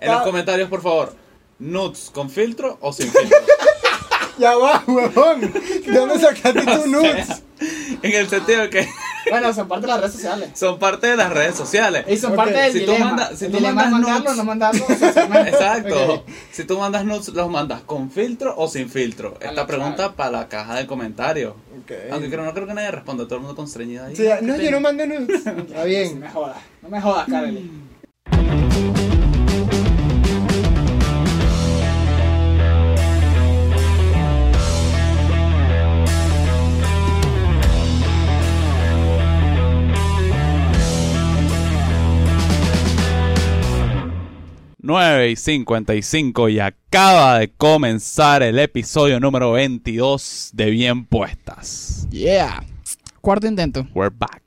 en los comentarios, por favor. ¿Nudes con filtro o sin filtro? Ya va, huevón. ¿De dónde sacaste tu nudes? en el sentido de que Bueno, son parte de las redes sociales. son parte de las redes sociales. Y son Ok, parte del si tú dilema. manda- si el tú dilema es mandas mandarlo o nudes. no mandarlo. o sea, son- Exacto. Ok. Si tú mandas nudes, los mandas con filtro o sin filtro. A Esta la pregunta chave. para la caja de comentarios. Aunque Ok. creo, no creo que nadie responda, todo el mundo constreñido ahí. Sí, ya- no, yo no mandé nudes. Está No me bien. jodas, no me jodas, Kareli. Nueve y 55 y acaba de comenzar el episodio número 22 de Bien Puestas. Yeah. Cuarto intento. We're back.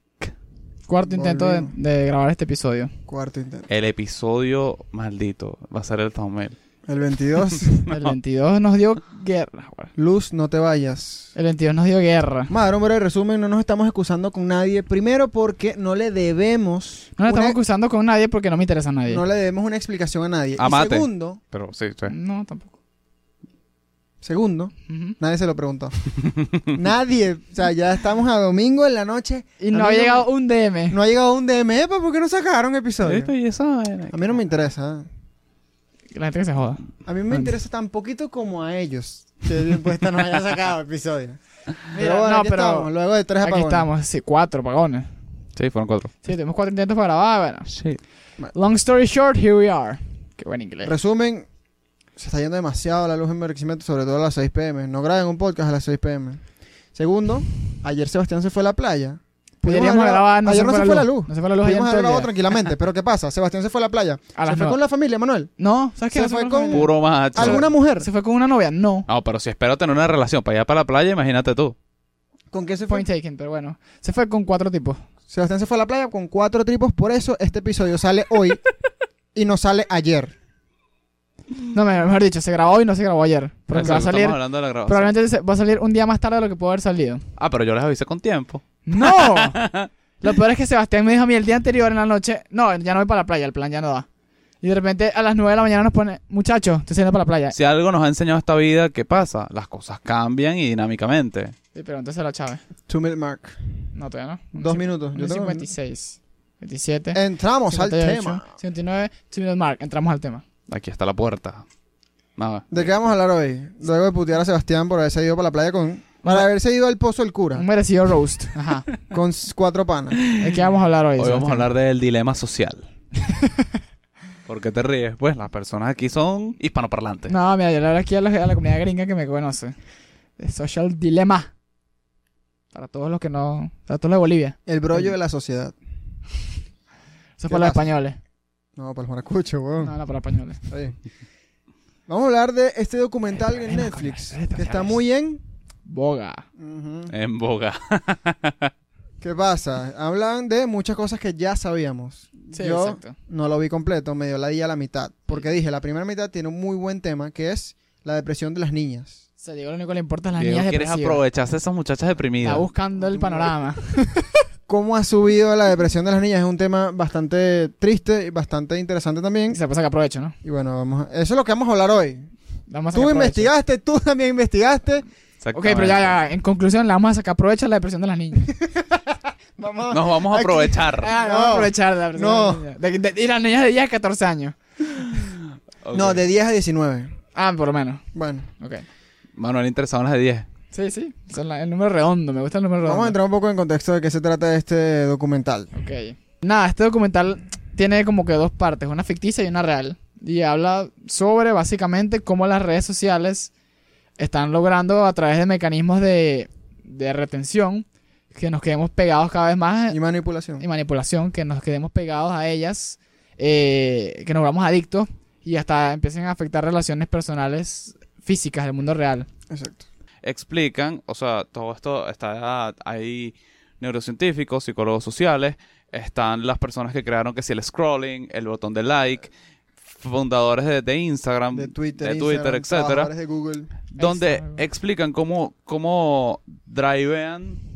Cuarto intento de, Volvimos. de grabar este episodio. Cuarto intento. El episodio maldito va a ser el thumbnail. El 22. El 22 nos dio guerra. güey. Luz, no te vayas. El 22 nos dio guerra. Madre, hombre, en resumen, no nos estamos excusando con nadie. Primero porque no le debemos. No nos una- estamos acusando con nadie porque no me interesa a nadie. no le debemos una explicación a nadie. Amate. Y segundo, Pero sí, sí. No, tampoco. segundo, Ujú. nadie se lo preguntó. nadie. O sea, ya estamos a domingo en la noche. Y A no mí ha llegado un DM. No ha llegado un DM, ¿pa? ¿por qué no sacaron episodio? Esto y esa vaina. A mí no me interesa. ¿eh? La gente que se joda. A mí me interesa tan poquito como a ellos. Que esta no haya sacado episodio. Mira, no, aquí pero estamos, luego de tres Aquí apagones. estamos, sí, cuatro pagones. Sí, fueron cuatro. Sí, tuvimos cuatro intentos para grabar. Bueno. Sí. Long story short, here we are. Qué buen inglés. Resumen, se está yendo demasiado la luz en Barquisimeto, sobre todo a las 6 pm. No graben un podcast a las 6 pm. Segundo, ayer Sebastián se fue a la playa. Pudimos Podríamos haber grabado- grabar, no ayer no se fue la luz. No se fue la luz ayer Pudimos haber en todo el grabado día. tranquilamente, pero ¿qué pasa? Sebastián se fue a la playa. A ¿Se las fue no- con la familia, Manuel? No, ¿sabes qué? se No fue con- novia. Puro macho. ¿Alguna mujer? ¿Se fue con una novia? No. No, pero si espero tener una relación para allá para la playa, imagínate tú. ¿Con qué se fue? Point taken, pero bueno. Se fue con cuatro tipos. Sebastián se fue a la playa con cuatro tripos, por eso este episodio sale hoy y no sale ayer. No, me- mejor dicho, se grabó y no se grabó ayer. Porque va a Estamos salir. hablando de la grabación. Probablemente se- va a salir un día más tarde de lo que pudo haber salido. Ah, pero yo les avisé con tiempo. ¡No! lo peor es que Sebastián me dijo a mí el día anterior en la noche: No, ya no voy para la playa, el plan ya no da. Y de repente a las 9 de la mañana nos pone: Muchachos, estoy saliendo para la playa. Si algo nos ha enseñado esta vida, ¿qué pasa? Las cosas cambian y dinámicamente. Y pregúntaselo a Chávez. Two minute mark. No, todavía no. Dos minutos. Yo Un tengo- 56. 27. Entramos al 58, tema. 59. Two minute mark. Entramos al tema. Aquí está la puerta. Nada. ¿De qué vamos a hablar hoy? Luego de putear a Sebastián por haberse ido para la playa con... Para haberse ido al Pozo del Cura Un merecido roast. Ajá. con s- cuatro panas. ¿De qué vamos a hablar hoy? Hoy vamos a Sebastián? hablar del dilema social. ¿Por qué te ríes? Pues las personas aquí son hispanoparlantes. No, mira, yo le hablo aquí a, los- a la comunidad gringa que me conoce. The Social Dilemma. Para todos los que no. Para todos los de Bolivia. El brollo de la sociedad. Eso es ¿Qué para los pasa? Mm. españoles. No, para los maracuchos, weón. No, no, para los españoles. Está bien. Vamos a hablar de este documental en Netflix. Que está muy en... Boga. Ujú. En boga. ¿Qué pasa? Hablan de muchas cosas que ya sabíamos. Sí, Yo exacto. no lo vi completo, me dio la idea a la mitad. Porque dije, la primera mitad tiene un muy buen tema, que es la depresión de las niñas. O sea, Diego lo único que le importa es las Diego, niñas ¿Quieres depresivas. aprovecharse de esas muchachas Está deprimidas? buscando Mm. el panorama. ¿Cómo ha subido la depresión de las niñas? Es un tema bastante triste y bastante interesante también. Y se pasa que aprovecho, ¿no? Y bueno, vamos a- eso es lo que vamos a hablar hoy. Vamos a Tú sacar provecho. investigaste, tú también investigaste. Ok, pero ya, ya, en conclusión, la vamos a sacar provecho a la depresión de las niñas. Vamos. Nos vamos a aprovechar. Ah, No. no, vamos a aprovechar de la depresión No. de las niñas. De- de- y las niñas de 10 a 14 años. Ok. No, de 10 a 19. Ah, por lo menos. Bueno, Ok. Manuel interesado en las de 10. Sí, sí. Son la- el número redondo. Me gusta el número redondo. vamos a entrar un poco en contexto de qué se trata este documental. Ok. Nada, este documental tiene como que dos partes, una ficticia y una real. Y habla sobre básicamente cómo las redes sociales están logrando a través de mecanismos de, de retención que nos quedemos pegados cada vez más Y manipulación. y manipulación, que nos quedemos pegados a ellas, eh, que nos volvamos adictos y hasta empiecen a afectar relaciones personales físicas del mundo real. Exacto. explican, o sea, todo esto está ahí neurocientíficos, psicólogos sociales, están las personas que crearon que si el scrolling, el botón de like, fundadores de, de Instagram, De Twitter, Um, de Twitter, Instagram, etcétera, trabajadores de Google. Este, donde Exacto. explican cómo cómo drivean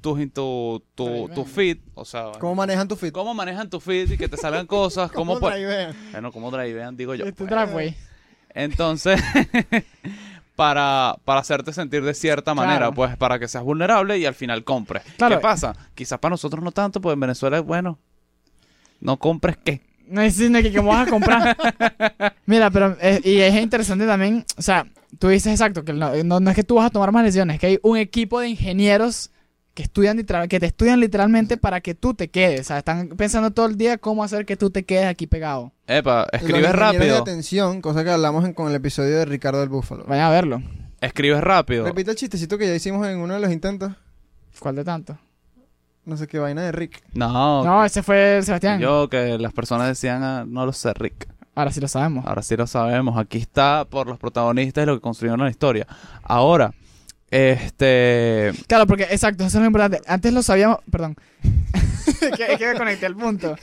tus, in- tu, tu, tu Drive-in. feed, o sea, bueno, ¿Cómo ¿Cómo? manejan tu feed? manejan tu feed y que te salgan cosas, cómo, po- drivean? bueno, cómo drivean, digo yo. Este pues. driveway. Entonces, para, para hacerte sentir de cierta manera, Claro. pues para que seas vulnerable y al final compres. Claro. ¿Qué pasa? Quizás para nosotros no tanto, pues en Venezuela, bueno, no compres qué. No es cine que cómo vas a comprar. Mira, pero eh, y es interesante también, o sea, tú dices exacto que no, no- no es que tú vas a tomar más decisiones, es que hay un equipo de ingenieros que estudian literal- que te estudian literalmente para que tú te quedes, o sea, están pensando todo el día cómo hacer que tú te quedes aquí pegado. Epa, escribes de rápido. atención, cosa que hablamos en- con el episodio de Ricardo del Búfalo. Vayan a verlo. Escribes rápido. Repite el chistecito que ya hicimos en uno de los intentos. ¿Cuál de tanto? No sé qué vaina de Rick. No, No, ese fue el que Sebastián. yo que las personas decían, "Ah, no lo sé, Rick. Ahora sí lo sabemos. Ahora sí lo sabemos. Aquí está por los protagonistas y lo que construyeron la historia. Ahora, este. Claro, porque exacto, eso es lo importante. Antes lo sabíamos, perdón. es, que, es que me conecté al punto.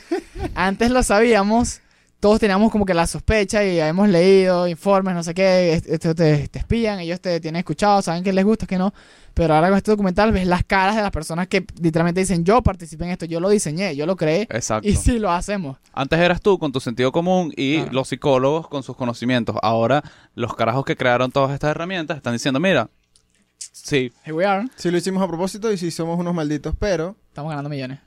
Antes lo sabíamos, todos teníamos como que la sospecha y hemos leído informes, no sé qué, est- esto te, te espían, ellos te tienen escuchado, saben que les gusta, que no. Pero ahora con este documental ves las caras de las personas que literalmente dicen, yo participé en esto, yo lo diseñé, yo lo creé. Exacto. Y sí lo hacemos. Antes eras tú con tu sentido común y Claro. los psicólogos con sus conocimientos. Ahora los carajos que crearon todas estas herramientas están diciendo, mira, sí, Here we are. Sí lo hicimos a propósito y sí somos unos malditos, pero Estamos ganando millones.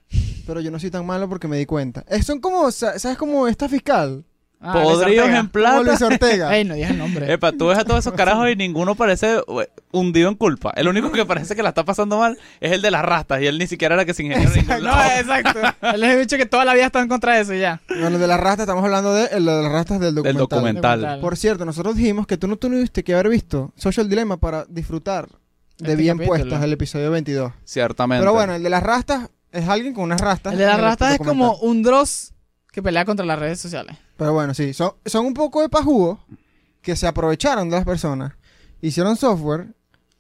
pero yo no soy tan malo porque me di cuenta. Eh, son como, sa- ¿sabes como esta fiscal? Ah, Luis podridos Ortega. en Como plata. Luis Ortega. Ey, no digas el nombre. Epa, tú ves a todos esos carajos y ninguno parece eh, hundido en culpa. El único que parece que la está pasando mal es el de las rastas y él ni siquiera era que se ingeniero. en ningún no, lado. exacto. Les he dicho que toda la vida están contra eso y ya. Bueno, de las rastas estamos hablando de, eh, lo de las rastas Del del documental. documental. Documental. Por cierto, nosotros dijimos que tú no tuviste que haber visto Social Dilemma para disfrutar de Este bien capítulo. puestas el episodio 22. Ciertamente. Pero bueno, el de las rastas es alguien con unas rastas. El de en las rastas es documental. como un Dross que pelea contra las redes sociales. Pero bueno, sí, son, son un poco de pajugos que se aprovecharon de las personas, hicieron software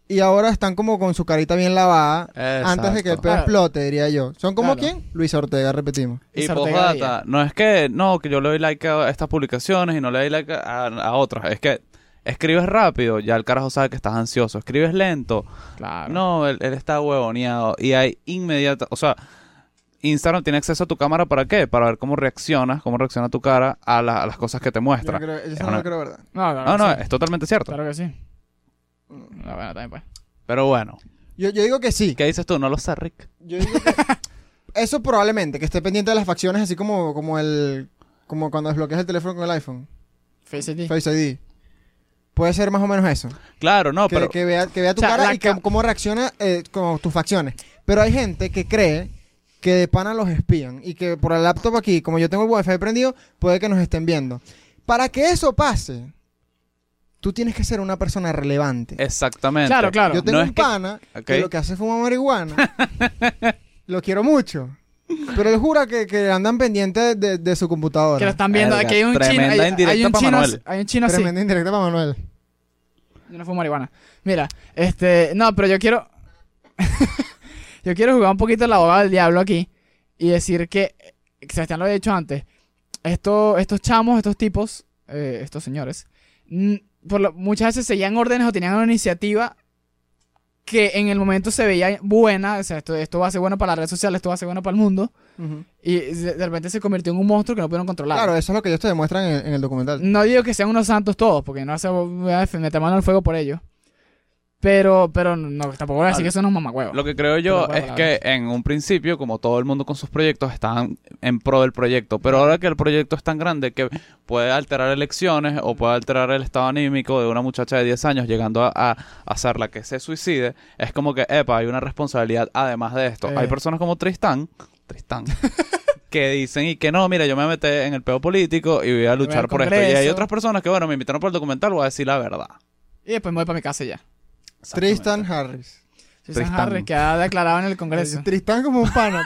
y ahora están como con su carita bien lavada antes de que el Exacto. pez Claro. explote, diría yo. ¿Son como Claro. quién? Luis Ortega, repetimos. Y pues, Esa postdata, ortegaria. no es que no, que yo le doy like a estas publicaciones y no le doy like a, a otras. Es que escribes rápido, ya el carajo sabe que estás ansioso. Escribes lento, Claro. no, él, él está huevoneado. Y hay inmediata, o sea, Instagram tiene acceso a tu cámara para qué? Para ver cómo reaccionas, cómo reacciona tu cara a, la- a las cosas que te Yo no muestra. creo, eso Es no una- lo creo, ¿verdad? No, No, claro, no, que sí. es totalmente cierto. Claro que sí. No, bueno, también pues. Pero bueno, Yo, yo digo que sí. ¿qué dices tú? No lo sé, Rick. Yo digo que- eso probablemente, que esté pendiente de las facciones, así como, como el como cuando desbloqueas el teléfono con el iPhone, Face ID. Face ID. Puede ser más o menos eso. Claro, no, que, pero que vea, que vea tu O sea, cara la y ca- que- cómo reacciona eh, con tus facciones. Pero hay gente que cree que de pana los espían y que por el laptop aquí, como yo tengo el wifi prendido, puede que nos estén viendo. Para que eso pase, tú tienes que ser una persona relevante. exactamente. Claro, claro. yo tengo Eh, no es un que- pana Ok. que lo que hace es fumar marihuana. lo quiero mucho. Pero él jura que, que andan pendientes de, de su computadora. Que lo están viendo. Verga, Aquí hay un chino. tremenda Hay, indirecta hay un pa' chino, Manuel. hay un chino así. Tremenda indirecta para Manuel. Yo no fumo marihuana. Mira, este. No, pero yo quiero. yo quiero jugar un poquito el abogado del diablo aquí. Y decir que. que Sebastián lo había dicho antes. Esto, estos chamos, estos tipos, eh, estos señores. mm, por lo- muchas veces seguían órdenes o tenían una iniciativa que en el momento se veía buena. O sea, esto, esto va a ser bueno para las redes sociales, esto va a ser bueno para el mundo. Ujú. Y de de repente se convirtió en un monstruo que no pudieron controlar. Claro, eso es lo que ellos te demuestran en, en el documental. No digo que sean unos santos todos, porque no se voy a meter mano al fuego por ellos. Pero, pero no, tampoco voy a decir Al- que son unos mamagüevos. Lo que creo yo Pero, es bueno, que en un principio, como todo el mundo con sus proyectos, estaban en pro del proyecto. Pero ahora que el proyecto es tan grande que puede alterar elecciones o puede alterar el estado anímico de una muchacha de 10 años llegando a, a hacerla que se suicide, es como que, epa, hay una responsabilidad además de esto. Eh. Hay personas como Tristán, Tristán, que dicen y que no, mira, yo me metí en el peo político y voy a voy luchar al por esto. Y hay Congreso. otras personas que, bueno, me invitaron por el documental, voy a decir la verdad. Y después me voy para mi casa y ya. Tristan Harris. Sí, San Tristán. Harry, que ha declarado en el Congreso. Eh, Tristán como un pana.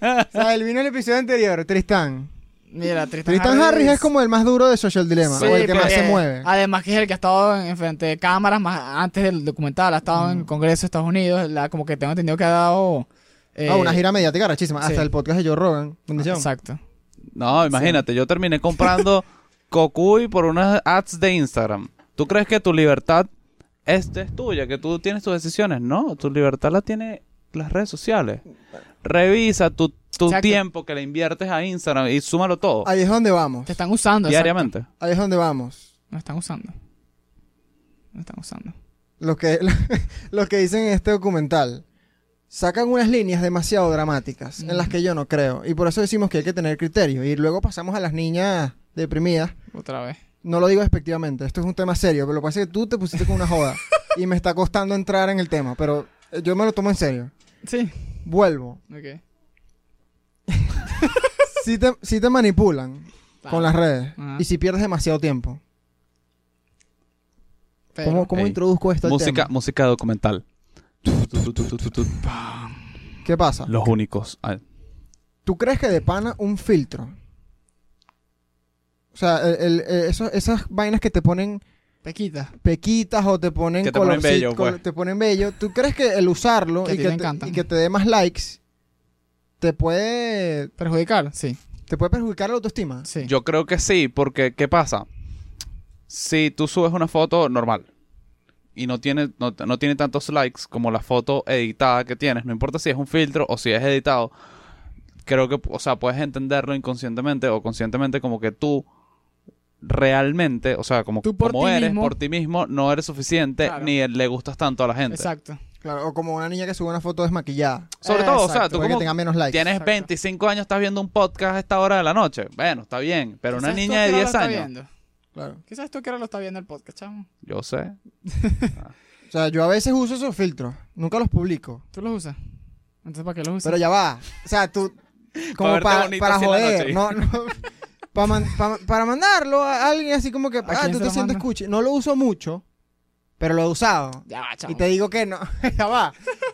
pues. o sea, él vino en el episodio anterior, Tristán. Mira, Tristan, Tristan Harris es como el más duro de Social Dilemma, Ah, Sí, o el que más porque se mueve. Además que es Ah, el que ha estado en frente de cámaras más antes del documental, ha estado Mm. en el Congreso de Estados Unidos, la- como que tengo entendido que ha dado... eh, Ah, una gira mediática rachísima, sí. hasta el podcast de Joe Rogan. donde hicieron. Exacto. No, imagínate, yo terminé comprando Cocuy por unas ads de Instagram. ¿Tú crees que tu libertad es, es tuya, que tú tienes tus decisiones? No, tu libertad la tiene las redes sociales. Revisa tu, tu Exacto. tiempo que le inviertes a Instagram y súmalo todo Ahí es donde vamos. Te están usando. exacto. diariamente. Ahí es donde vamos. No están usando. No están usando. Lo que, lo que dicen en este documental. Sacan unas líneas demasiado dramáticas en las que yo no creo. Y por eso decimos que hay que tener criterio. Y luego pasamos a las niñas deprimidas. Otra vez. No lo digo despectivamente, esto es un tema serio, pero lo que pasa es que tú te pusiste con una joda y me está costando entrar en el tema, pero eh, yo me lo tomo en serio. Sí. Vuelvo. Ok. Si te, sí te manipulan Claro. con las redes Ajá. y si pierdes demasiado tiempo. Pero- ¿Cómo, cómo Ey. introduzco esto al Música, tema? música documental. Tu, tu, tu, tu, tu, tu, tu. ¿Qué pasa? Los únicos. Ah, ¿Tú crees que de pana un filtro? O sea, el- el- eh, eso- esas vainas que te ponen Pequita. pequitas o te ponen Que te ponen colorcit- bello, col- pues. te ponen bello. ¿Tú crees que el usarlo Que a y ti que, te te, encantan. y que te dé más likes te puede ¿Perjudicar? Sí. te puede perjudicar la autoestima? Sí. Yo creo que sí, porque ¿qué pasa? Si tú subes una foto normal y no tiene, no, no tiene tantos likes como la foto editada que tienes, no importa si es un filtro o si es editado, creo que, o sea, puedes entenderlo inconscientemente o conscientemente como que tú realmente, o sea, como, Tú por como ti eres mismo. por ti mismo, no eres suficiente Claro. ni le gustas tanto a la gente. Exacto. Claro, o como una niña que sube una foto desmaquillada. Sobre todo, o sea, Exacto, tú para que como tenga menos likes. tienes Exacto. 25 años, estás viendo un podcast a esta hora de la noche. Bueno, está bien, pero una Quizás tú niña de que ahora lo 10 está años. viendo. Claro. Quizás tú que ahora lo está viendo el podcast, chamo. Yo sé. O sea, yo a veces uso esos filtros. Nunca los publico. ¿Tú los usas? Entonces, ¿para qué los usas? Pero ya va. O sea, tú. Como verte pa- bonito para así en la noche. joder. No, no. Pa man- pa- para mandarlo a alguien así como que. Ah, quién tú se te lo sientes manda? cuchi. No lo uso mucho, pero lo he usado. Ya va, chamo. Y te digo que no. ya va.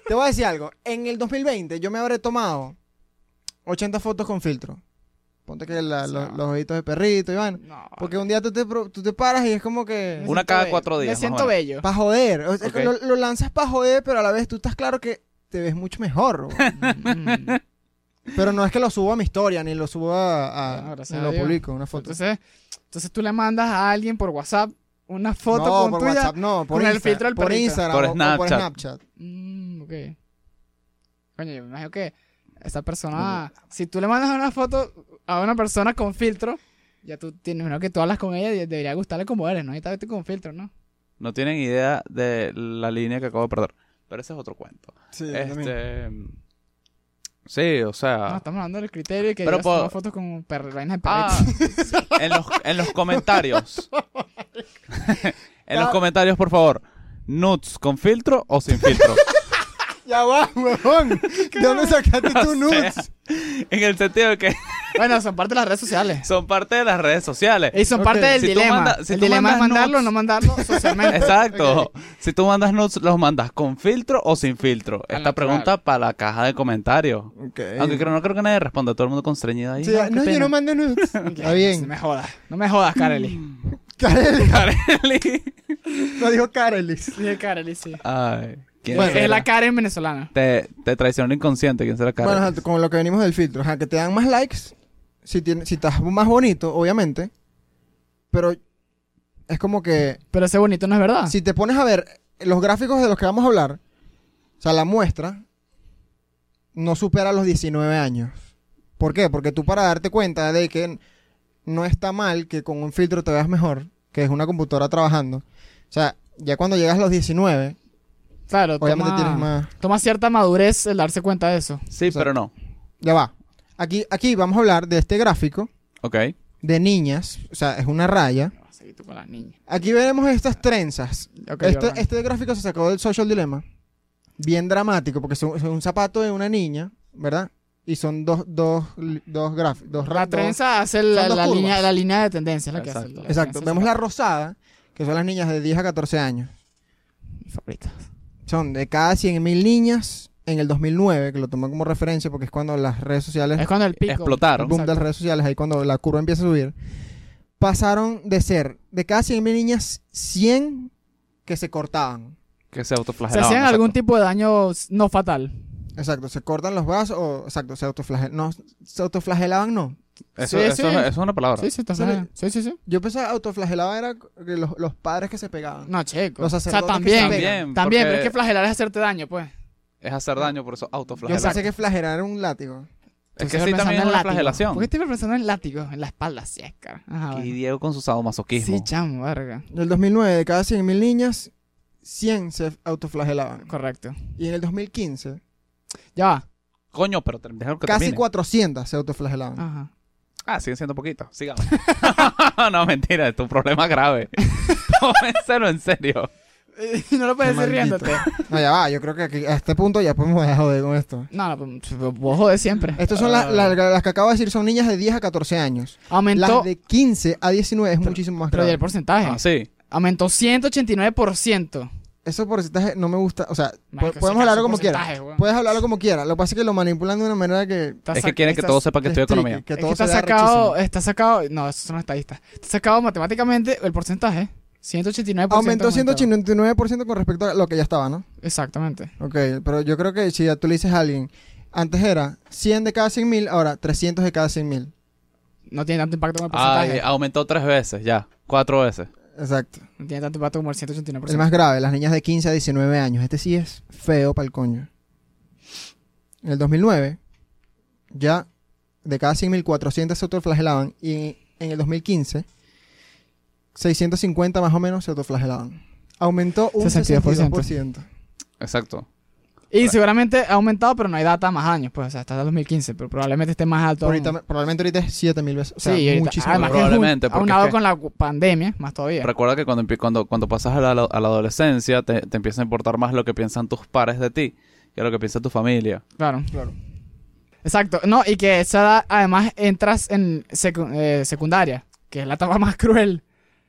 Te voy a decir algo. En el 2020 yo me habré tomado 80 fotos con filtro. Ponte que la- Sí, lo- no. los ojitos de perrito, Iván. No. Porque un día tú te, pro- tú te paras y es como que. Me Una siento cada bello. cuatro días, Me más siento o menos. bello. Para joder. O sea, Ok. lo, lo lanzas para joder, pero a la vez tú estás claro que te ves mucho mejor. güey. Mm, mm. pero no es que lo subo a mi historia, ni lo subo a... a- Bueno, ni gracias a lo Dios. publico, una foto. Entonces, entonces tú le mandas a alguien por WhatsApp una foto no, con por tuya. WhatsApp, no. Por con el Insta- filtro del Por perrito. Instagram Por o- o por Snapchat. Snapchat. Mm, ok. Coño, yo me imagino que esa persona, si tú le mandas una foto a una persona con filtro, ya tú tienes uno que tú hablas con ella y debería gustarle como eres, ¿no? Y tal vez tú con filtro, ¿no? No tienen idea de la línea que acabo de perder. Pero ese es otro cuento. Sí, este. Sí, o No, sea. estamos hablando del criterio y que Pero yo puedo- tomo fotos con per- vainas de Ah, perritos. en los, en los comentarios. en los comentarios, por favor. ¿Nuts con filtro o sin filtro? Ya va, huevón. ¿De dónde sacaste tu nudes? en el sentido de que Bueno, son parte de las redes sociales. son parte de las redes sociales. Y son Ok. parte del Si tú dilema. manda- si el tú dilema es mandas mandarlo o nudes- no mandarlo socialmente. Exacto. Si tú mandas nudes, ¿los mandas con filtro o sin filtro? Al Esta natural. pregunta para la caja de comentarios. Aunque creo, no creo que nadie responda, todo el mundo constreñido ahí. Sí, no, qué no, yo pena. no mando nudes. Está No bien. me jodas. No me jodas, Kareli. Kareli. Carelli. Lo dijo Karelis. Sí, Kareli, sí. Ay, ¿quién Bueno, será? es la Karen venezolana. Te, te traicionó inconsciente, ¿quién será Bueno, Carelli? ajá, con lo que venimos del filtro, ajá, que te dan más likes, si, tienes, si estás más bonito, obviamente, pero es como que Pero ese bonito no es verdad. si te pones a ver los gráficos de los que vamos a hablar, o sea, la muestra no supera los 19 años. ¿Por qué? Porque tú para darte cuenta de que no está mal que con un filtro te veas mejor, que es una computadora trabajando, o sea, ya cuando llegas a los 19, Claro, obviamente toma- tienes más... Toma cierta madurez el darse cuenta de eso. sí, o sea- pero no. Ya va. Aquí, aquí vamos a hablar de este gráfico. Ok. de niñas, o sea, es una raya. Vas a seguir tú con las niñas. Aquí veremos estas trenzas. Ok, Este, Jordan. este gráfico se sacó del Social Dilemma. Bien dramático, porque son, son un zapato de una niña, ¿verdad? Y son dos, dos, dos gráficos, dos ra- la dos- trenza hace la, dos la curvas. línea, la línea de tendencia, es la que Exacto. hace. la Exacto. trenza Vemos la separada. rosada, que son las niñas de 10 a 14 años. Mi favorita. Son de cada 100.000 niñas en el 2009, que lo tomo como referencia porque es cuando las redes sociales Es cuando el pico. el Explotaron. boom de Exacto. las redes sociales, ahí cuando la curva empieza a subir, pasaron de ser de cada 100.000 niñas, 100 que se cortaban. Que se Se autoflagelaban. hacían exacto. algún tipo de daño no fatal. Exacto, se cortan los brazos o exacto, se autoflagelaban. No, se autoflagelaban no. Eso, Sí, eso sí. Es, eso es una palabra. Sí, sí, está Se le- bien. Sí, sí, sí. Yo pensaba autoflagelaba era que los, los padres que se pegaban. No, chico. Los o sea, sacerdotes que se también. pegan. También, porque pero es que flagelar es hacerte daño, pues. es hacer daño, por eso Yo autoflagelar. pensé que flagelar era un látigo. Es Tú que siempre sí, también pensando es en una látigo. flagelación. ¿Por qué estoy pensando en látigo? En la espalda, sí, es cara. Ajá, Y bueno. Diego con su sadomasoquismo. Sí, chamo, verga. En el 2009, de cada 100.000 niñas, 100 se autoflagelaban. Correcto. Y en el 2015, Ya va. Coño, pero term- déjalo que casi termine. 400 se autoflagelaban. Ajá. Ah, siguen siendo poquitos. Sigamos. no, mentira. Esto es un problema grave. Tómenselo en serio. no lo puedes Qué decir maldito. riéndote. No, ya va, yo creo que aquí- a este punto ya podemos dejar de joder con esto. No, no, pues, vos jodés siempre. Estas son Ah. las, las- las que acabo de decir, son niñas de 10 a 14 años. Aumentó. Las de 15 a 19 es muchísimo más Pero ya el grave. porcentaje. Ah, sí. Aumentó 189%. Ese porcentaje no me gusta, o sea, po- Marico, podemos ese hablarlo es un como quieras. porcentaje, weón. Puedes hablarlo como quieras. Lo que pasa es que lo manipulan de una manera que... Está Es que sac- quieren que está- todos sepan que es estudio tricky, economía. Que es todo que está se vea sacado, rechísimo. está sacado, no, eso son estadistas. Está sacado matemáticamente el porcentaje, 189%. Aumentó aumentado. 189% con respecto a lo que ya estaba, ¿no? Exactamente. Ok, pero yo creo que si ya tú le dices a alguien, antes era 100 de cada 100 mil, ahora 300 de cada 100 mil. No tiene tanto impacto como el Ah, porcentaje. aumentó tres veces ya. Cuatro veces. Exacto. No tiene tanto impacto como el 189%. El más grave, las niñas de 15 a 19 años. Este sí es feo para el coño. En el 2009, ya de cada 100 mil, 400 se autoflagelaban y en, en el 2015, 650 más o menos se autoflagelaban. Aumentó un 62%. 62%. Exacto. Y seguramente ha aumentado, pero no hay data más años, pues, o sea, hasta el 2015, pero probablemente esté más alto. Ahorita, aún. probablemente ahorita es 7 mil veces. O sea, sí, ahorita- muchísimo. más. además que es jun- Probablemente, porque aunado es que- con la gu- pandemia, más todavía. Recuerda que cuando, empie- cuando, cuando pasas a la, a la adolescencia te, te empieza a importar más lo que piensan tus pares de ti que lo que piensa tu familia. Claro. Claro. Exacto. No, y que esa edad, además, entras en secu- eh, secundaria, que es la etapa más cruel.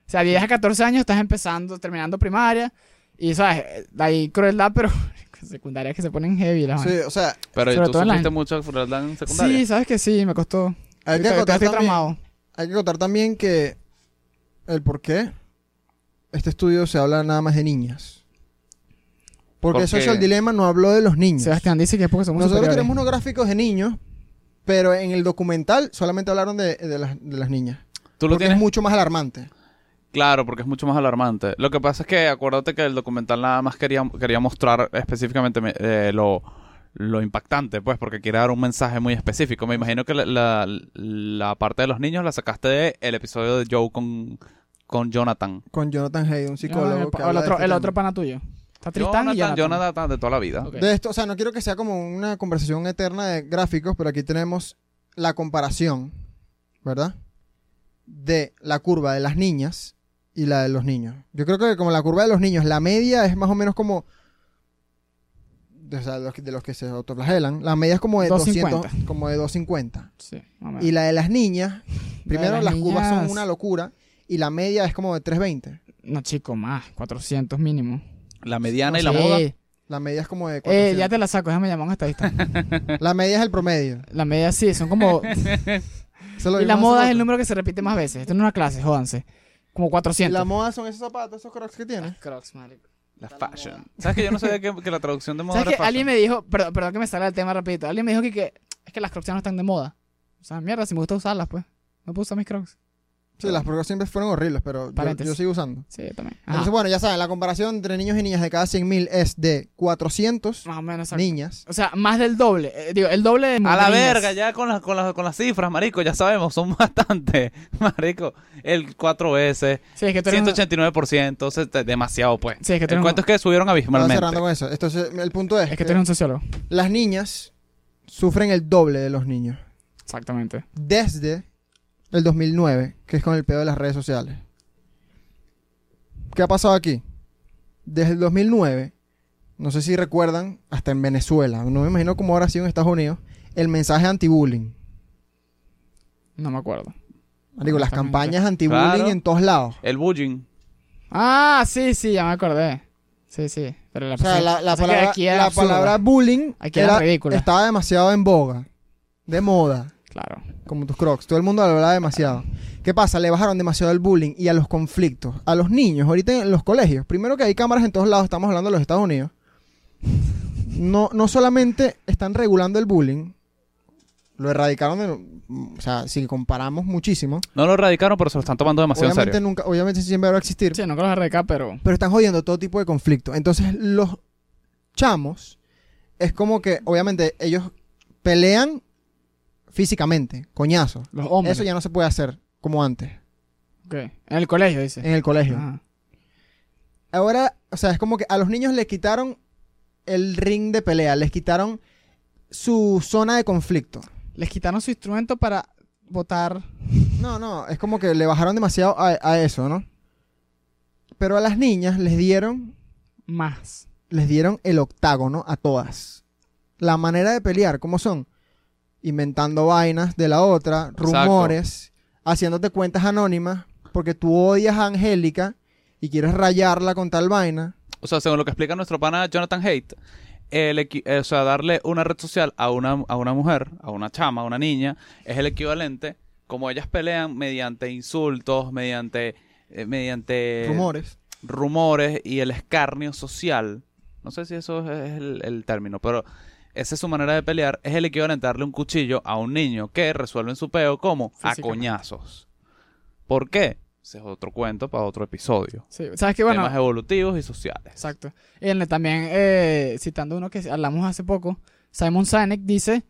O sea, 10 a 14 años estás empezando, terminando primaria, y, ¿sabes? Eh, Hay crueldad, pero secundaria que se ponen heavy las Sí, vainas. o sea, Pero Sobre tú todo en la- sufriste mucho crueldad en secundaria. Sí, sabes que sí, me costó. hay que Ahorita- ahorita acotar estoy también- tramado. Hay que contar también que el por qué este estudio se habla nada más de niñas. Porque ¿Por eso es qué? el dilema, no habló de los niños. Sebastián dice que es porque somos Nosotros superiores. tenemos unos gráficos de niños, pero en el documental solamente hablaron de, de las, de las niñas. Tú lo Porque tienes es mucho más alarmante. Claro, porque es mucho más alarmante. Lo que pasa es que acuérdate que el documental nada más quería, quería mostrar específicamente me- eh, lo, lo impactante, pues, porque quiere dar un mensaje muy específico. Me imagino que la, la- la parte de los niños la sacaste del episodio de Joe con, con Jonathan. Con Jonathan Hayden, un Ah, psicólogo. el, que el habla de otro, este el tema. otro pana tuyo. Está Tristán y Jonathan. Jonathan de toda la vida. Ok. De esto, o sea, no quiero que sea como una conversación eterna de gráficos, pero aquí tenemos la comparación, ¿verdad? De la curva de las niñas y la de los niños. Yo creo que como la curva de los niños, la media es más o menos como... de- O sea, los que- de los que se autoflagelan, la media es como de 250. 200, como de 250. Sí, más o menos. Y la de las niñas, primero Ah. las las, curvas son niñas- una locura y la media es como de 320. No, chico, más. 400 mínimo. La mediana y la Sí. moda. La media es como de Eh, 400. ya te la saco, déjame llamar a un estadista. La media es el promedio. La media sí, son como Eso lo Y la vimos hace moda es el rato. número que se repite más veces. Esto no es una clase, jódanse. Como Y 400. la moda son esos zapatos, esos crocs que tienes. Crocs, marico. La Está la fashion. moda. ¿Sabes que yo no sabía que, que la traducción de moda ¿Sabes era que fashion? alguien me dijo, perdón, perdón que me salga el tema rapidito, alguien me dijo que, que- es que las crocs ya no están de moda. O sea, mierda, si me gusta usarlas, pues. No puedo usar mis crocs. Sí, las pruebas siempre fueron horribles, pero yo, Paréntesis. yo sigo usando. Sí, yo también. Ajá. Entonces, bueno, ya saben, la comparación entre niños y niñas de cada 100.000 es de 400 más o menos. exacto. niñas. O sea, más del doble. Eh, digo, el doble de A la niñas. verga, ya con, las con, las con las cifras, marico, ya sabemos, son bastantes. Marico, el cuatro veces, Sí, es que tú eres... 189%, se- te- demasiado, pues. Sí, es que tú El eres, un... cuento es que subieron Estaba abismalmente. cerrando con eso. Entonces, el punto es, es que tú que eres un sociólogo. las niñas sufren el doble de los niños. Exactamente. Desde el 2009, que es con el pedo de las redes sociales. ¿Qué ha pasado aquí? Desde el 2009, no sé si recuerdan, hasta en Venezuela, no me imagino cómo ahora sido en Estados Unidos, el mensaje anti-bullying. No me acuerdo. Marico, las Exactamente. campañas anti-bullying Claro. en todos lados. El bullying. Ah, sí, sí, ya me acordé. Sí, sí. Pero la O sea, la, la o sea, que palabra, aquí era la absurdo. palabra bullying Aquí era era- ridícula. estaba demasiado en boga, de moda, Claro. como tus crocs. Todo el mundo lo hablaba demasiado. ¿Qué pasa? Le bajaron demasiado el bullying y a los conflictos, a los niños, ahorita en los colegios. Primero que hay cámaras en todos lados, estamos hablando de los Estados Unidos. No, no solamente están regulando el bullying, lo erradicaron, de- o sea, si comparamos muchísimo, No lo erradicaron, pero se lo están tomando demasiado obviamente, en serio. nunca, obviamente siempre va a existir, Sí, nunca los arrecá, pero... pero están jodiendo todo tipo de conflicto. Entonces, los chamos es como que, obviamente, ellos pelean físicamente, coñazo. Los hombres. Eso ya no se puede hacer como antes, Ok. En el colegio, dice. en el colegio. Ajá. Ahora, o sea, es como que a los niños les quitaron el ring de pelea, les quitaron su zona de conflicto. Les quitaron su instrumento para votar. No, no, es como que le bajaron demasiado a, a eso, ¿no? Pero a las niñas les dieron, más. les dieron el octágono a todas. La manera de pelear, ¿cómo son? Inventando vainas de la otra, Exacto. rumores, haciéndote cuentas anónimas, porque tú odias a Angélica y quieres rayarla con tal vaina. O sea, según lo que explica nuestro pana Jonathan Haidt, el equi- eh, o sea, darle una red social a una, a una mujer, a una chama, a una niña, es el equivalente, como ellas pelean mediante insultos, mediante, eh, mediante rumores. rumores y el escarnio social. No sé si eso es el, el término, pero esa es su manera de pelear. Es el equivalente a darle un cuchillo a un niño que resuelven su peo como a Físicamente. coñazos. ¿Por qué? Ese es otro cuento para otro episodio. Sí. ¿Sabes qué? Bueno, Temas evolutivos y sociales. Exacto. Y en- también, eh, citando uno que hablamos hace poco, Simon Sinek dice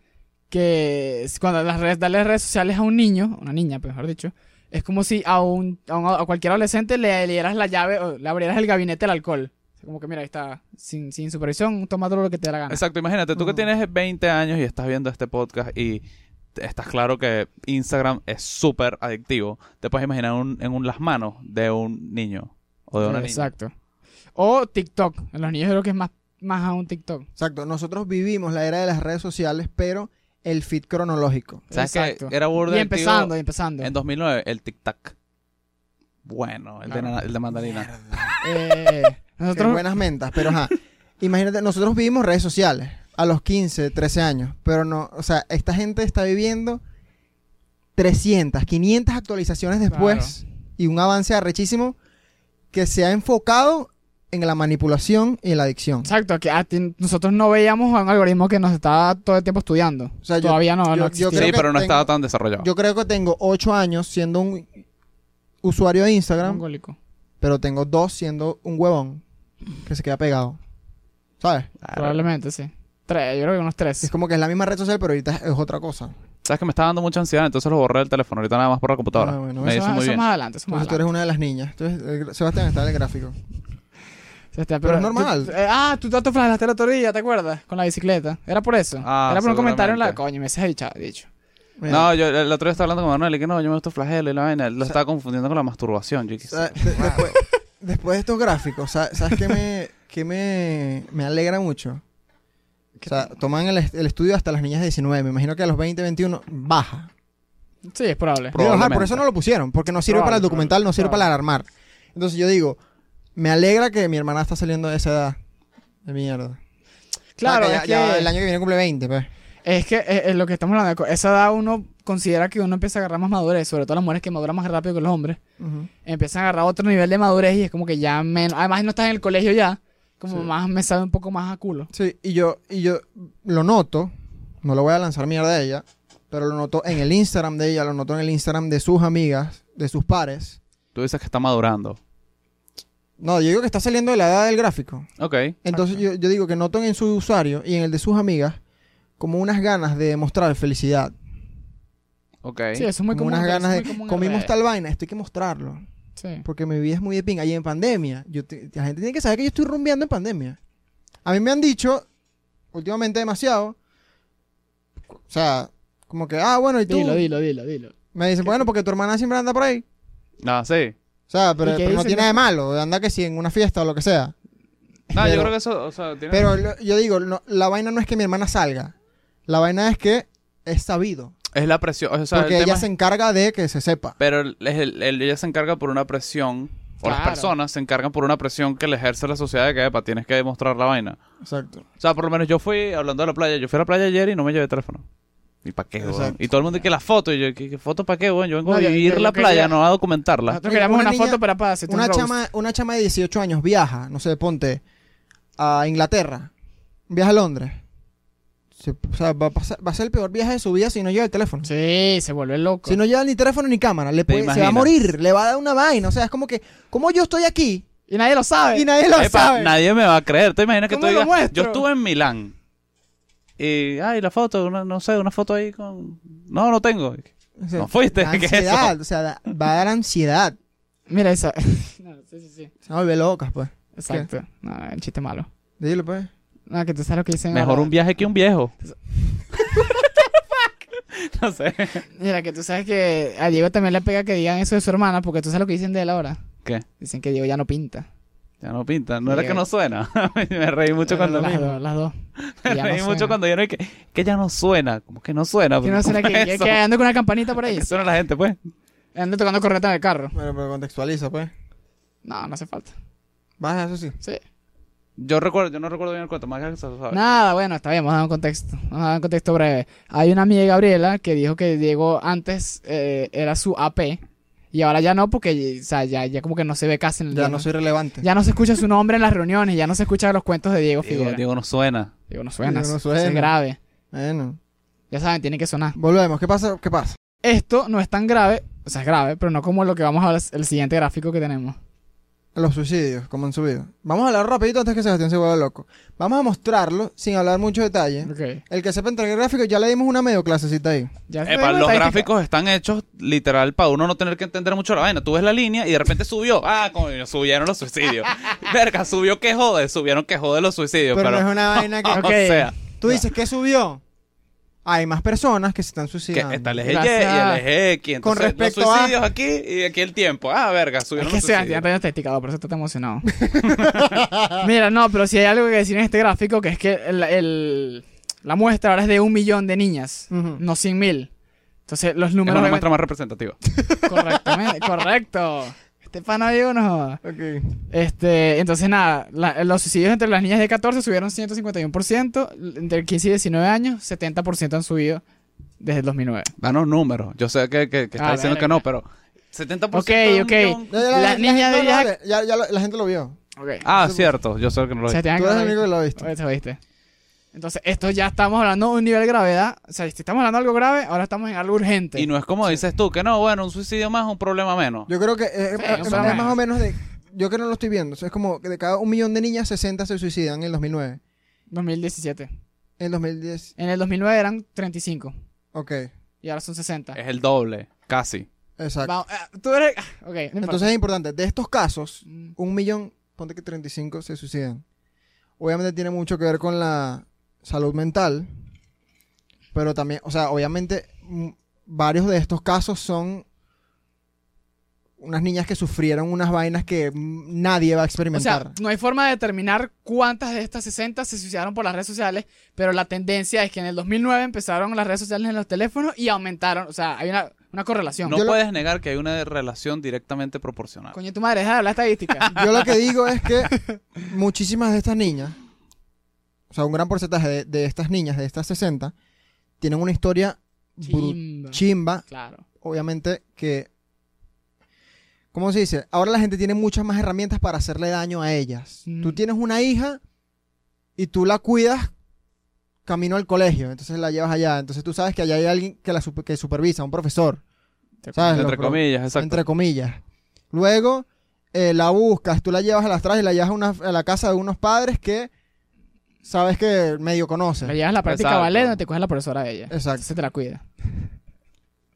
que es- cuando las redes, darle redes sociales a un niño, a una niña, pues, mejor dicho, es como si a, un, a, un- a cualquier adolescente le dieras la llave o le abrieras el gabinete del alcohol. Como que mira, ahí está, sin, sin supervisión, toma todo lo que te dé la gana. Exacto, imagínate, tú que Mm. Ujú. tienes 20 años y estás viendo este podcast y te- estás claro que Instagram es súper adictivo. Te puedes imaginar un- en un, las manos de un niño o de una niña. Exacto. O TikTok. En los niños yo creo que es más, más aún TikTok. Exacto, nosotros vivimos la era de las redes sociales, pero el feed cronológico. ¿Sabes Exacto. qué? Era burda Y adictivo empezando, y empezando. En 2009, el Tic Tac. Bueno, el, Claro. de, na- el de mandarina. Eh, Qué nosotros, buenas mentas, pero ajá. Imagínate, nosotros vivimos redes sociales a los 15, 13 años, pero no, o sea, esta gente está viviendo 300, 500 actualizaciones después y un avance arrechísimo que se ha enfocado en la manipulación y en la adicción. Exacto, que a ti- nosotros no veíamos a un algoritmo que nos estaba todo el tiempo estudiando. O sea, yo- Todavía no, yo- no yo Sí, existía. creo que pero no tengo- estaba tan desarrollado. Yo creo que tengo 8 años siendo un usuario de Instagram Mongólico. pero tengo dos siendo un huevón que se queda pegado. ¿Sabes? Claro. Probablemente, sí. Tres, yo creo que unos tres. Es como que es la misma red social, pero ahorita es otra cosa. ¿Sabes que me estaba dando mucha ansiedad? Entonces lo borré del teléfono. Ahorita nada más por la computadora. Ah, bueno, me eso hizo eso muy bien. más adelante, eso más Entonces tú adelante. eres una de las niñas. Entonces, el gra- Sebastián está en el gráfico. Sí, está, pero es normal. Este, tú- eh, ah, tú te flagelaste el otro día, ¿te acuerdas? Con la bicicleta. Era por eso. Ah, Era por un comentario en la... seguramente. Coño, me se ha dicho. dicho. Mira, No, yo el otro día estaba hablando con Manuel y que no, yo me gusta flagelo y la vaina. Él Lo estaba confundiendo con la masturbación. Yo o quise- sea, de- después, después de estos gráficos, sa- ¿sabes qué me, qué me, me alegra mucho? O sea, toman el, est- el estudio hasta las niñas de 19. Me imagino que a los 20, 21 baja. Sí, es probable. Pro- Digo, ajá, Probablemente. por eso no lo pusieron, porque no sirve Probable, para el probable, documental, no sirve probable. para alarmar. Entonces yo digo, me alegra que mi hermana está saliendo de esa edad de mierda. Claro, Ah, que es ya- que, ya el año que viene cumple 20, pues. es que es, es lo que estamos hablando. Esa edad uno considera que uno empieza a agarrar más madurez, sobre todo las mujeres que maduran más rápido que los hombres. empiezan a agarrar otro nivel de madurez y es como que ya menos. Además, no estás en el colegio ya. Como Sí. más me sabe un poco más a culo. Sí, y yo, y yo lo noto, no lo voy a lanzar mierda a ella, pero lo noto en el Instagram de ella, lo noto en el Instagram de sus amigas, de sus pares. Tú dices que está madurando. No, yo digo que está saliendo de la edad del gráfico. Ok. Entonces yo, yo digo que noto en su usuario y en el de sus amigas como unas ganas de demostrar felicidad. Ok. Sí, eso es muy como común. unas eso es ganas muy de común en comimos redes. tal vaina, esto hay que mostrarlo. Sí. Porque mi vida es muy de pinga. Y en pandemia, yo te- la gente tiene que saber que yo estoy rumbeando en pandemia. A mí me han dicho, últimamente demasiado, o sea, como que, ah, bueno, y tú. Dilo, dilo, dilo, dilo. Me dicen, bueno, porque tu hermana siempre anda por ahí. No, Ah, sí. O sea, pero, ¿Y qué pero no dicen? tiene nada de malo, anda que si en una fiesta o lo que sea. No, yo Pero- creo que eso, o sea, tiene... Pero lo- yo digo, no, la vaina no es que mi hermana salga. La vaina es que es sabido. es la presión. O sea, el porque ella tema es- se encarga de que se sepa. Pero el- el- el- ella se encarga por una presión, o las Claro. personas se encargan por una presión que le ejerce la sociedad de que, epa, tienes que demostrar la vaina. Exacto. O sea, por lo menos yo fui, hablando de la playa, yo fui a la playa ayer y no me llevé teléfono. ¿Y para qué, weón? Exacto. Y todo el mundo que la foto, y yo, ¿qué, qué foto para qué, weón? Yo vengo No, a yo- vivir yo- yo la quería- playa, no a documentarla. Nosotros queríamos Una una, niña- foto para para hacerte una un roast. chama, una chama de 18 años viaja, no sé, ponte a Inglaterra, viaja a Londres. Se- o sea, va a, pasar- va a ser el peor viaje de su vida si no lleva el teléfono. Sí, se vuelve loco. Si no lleva ni teléfono ni cámara, le ¿Te puede- se va a imaginas? morir, le va a dar una vaina. O sea, es como que, como yo estoy aquí Y nadie lo sabe. y nadie lo Epa, sabe. nadie me va a creer. ¿Te imaginas que tú ¿Cómo lo digas, "Ah, muestro? yo estuve en Milán? y, ay, la foto, una- no sé, una foto ahí con... No, no tengo. O sea, No fuiste, da ¿qué es ansiedad, o sea, da- va a dar ansiedad. Mira esa. no, sí, sí, sí. Se van a volver locas, pues. Exacto. No, el chiste malo. Dile, pues. No, que tú sabes lo que dicen. Mejor ahora. un viaje que un viejo. no sé. Mira, que tú sabes que a Diego también le pega que digan eso de su hermana, porque tú sabes lo que dicen de él ahora. ¿Qué? Dicen que Diego ya no pinta. Ya no pinta. No era Sí, que no suena. me reí mucho cuando... Eh, las, me dos, las dos. Que ya no reí suena. mucho cuando yo no... Que, que ya no suena. Como que no suena. Que no será ¿Cómo que, es que, eso? que ando con una campanita por ahí. Que suena la gente, pues. Ando tocando corneta en el carro. Bueno, pero contextualiza, pues. No, no hace falta. Baja, eso sí. Sí. Yo recuerdo, yo no recuerdo bien el cuento. Más que se lo sabe. Nada, bueno, está bien, vamos a dar un contexto. Vamos a dar un contexto breve. Hay una amiga, Gabriela, que dijo que Diego antes eh, era su AP y ahora ya no, porque o sea, ya, ya como que no se ve casi en el Ya día, no soy relevante. ya no se escucha su nombre en las reuniones, ya no se escuchan los cuentos de Diego Digo, Figuera. Diego, digo, no suena. no suena, Diego no eso suena. es grave. Bueno. Ya saben, tiene que sonar. Volvemos. ¿Qué pasa? ¿Qué pasa? Esto no es tan grave, o sea, es grave, pero no como lo que vamos a hablar, el siguiente gráfico que tenemos. Los suicidios, como han subido. Vamos a hablar rapidito antes que Sebastián se vuelva loco. Vamos a mostrarlo sin hablar mucho detalle. Ok. El que sepa entregar gráficos, ya le dimos una medio clasecita ahí. Ya Epa, Eh, tenemos los estadística. gráficos están hechos literal para uno no tener que entender mucho la vaina. Tú ves la línea y de repente subió. Ah, coño, subieron los suicidios. Verga, subió que jode, subieron que jode los suicidios. Pero, Pero, no es una vaina que... o Ok. sea, Tú dices, ¿qué subió? Hay más personas que se están que suicidando. está el eje Gracias. Y y el eje X. Con Entonces, respecto los a- suicidios aquí y aquí el tiempo. Ah, verga, Es subieron que los Sebastián suicidios. tiene estadística, por eso está emocionado. Mira, no, pero si hay algo que decir en este gráfico, que es que el- el- la muestra ahora es de un millón de niñas, Ujú. no 100 mil. Entonces los Es números... una obviamente- muestra más representativa. Correctamente, correcto. Este pana vivo no joda. Ok. Este, entonces nada, la- los suicidios entre las niñas de 14 subieron 151%, entre 15 y 19 años 70% han subido desde el 2009. Danos números. Yo sé que, que, que está Ah, diciendo verga. que no, pero 70% Ok, de un ok. millón- Ya, ya, la, La la niña gente, de no, no, Jack- ya- ya lo- la gente lo vio. Okay. Ah, cierto. Yo sé que no lo O sea, dije. te dan Tú eres el ganas de- único que lo ha visto. Oye, te oíste. Entonces, esto ya estamos hablando de un nivel de gravedad. O sea, si estamos hablando de algo grave, ahora estamos en algo urgente. Y no es como dices tú, que no, bueno, un suicidio más, un problema menos. Yo creo que eh, Sí, eh, no es sabemos. más o menos de... Yo que no lo estoy viendo. o sea, es como que de cada un millón de niñas, 60 se suicidan en el 2009. 2017. En el 2010. En el 2009 eran 35 Ok. y ahora son 60. Es el doble, casi. Exacto. Vamos, ah, tú eres... ah, Ok, no importa. Entonces es importante. De estos casos, Mm, un millón, ponte que 35 se suicidan. Obviamente tiene mucho que ver con la salud mental, pero también, o sea, obviamente mm, varios de estos casos son unas niñas que sufrieron unas vainas que mm, nadie va a O experimentar. sea, no hay forma de determinar cuántas de estas 60 se suicidaron por las redes sociales, pero la tendencia es que en el 2009 empezaron las redes sociales en los teléfonos y aumentaron. O sea, hay una, una correlación. No Yo lo- puedes negar que hay una relación directamente proporcional. Coño, tu madre, deja de hablar de estadística. Yo lo que digo es que muchísimas de estas niñas, o sea, un gran porcentaje de, de estas niñas, de estas 60, tienen una historia bru- Chimba. chimba Claro. obviamente que ¿cómo se dice? Ahora la gente tiene muchas más herramientas para hacerle daño a ellas. Mm. Tú tienes una hija y tú la cuidas camino al colegio, entonces la llevas allá, entonces tú sabes que allá hay alguien que la supe- que supervisa, un profesor, ¿sabes? Entre Lo pro- comillas, exacto. entre comillas. Luego eh, la buscas, tú la llevas a las trajes y la llevas a, una- a la casa de unos padres que sabes que medio conoces. La llevas a la práctica Exacto. ballet donde te coge la profesora de ella. Exacto. Se te la cuida.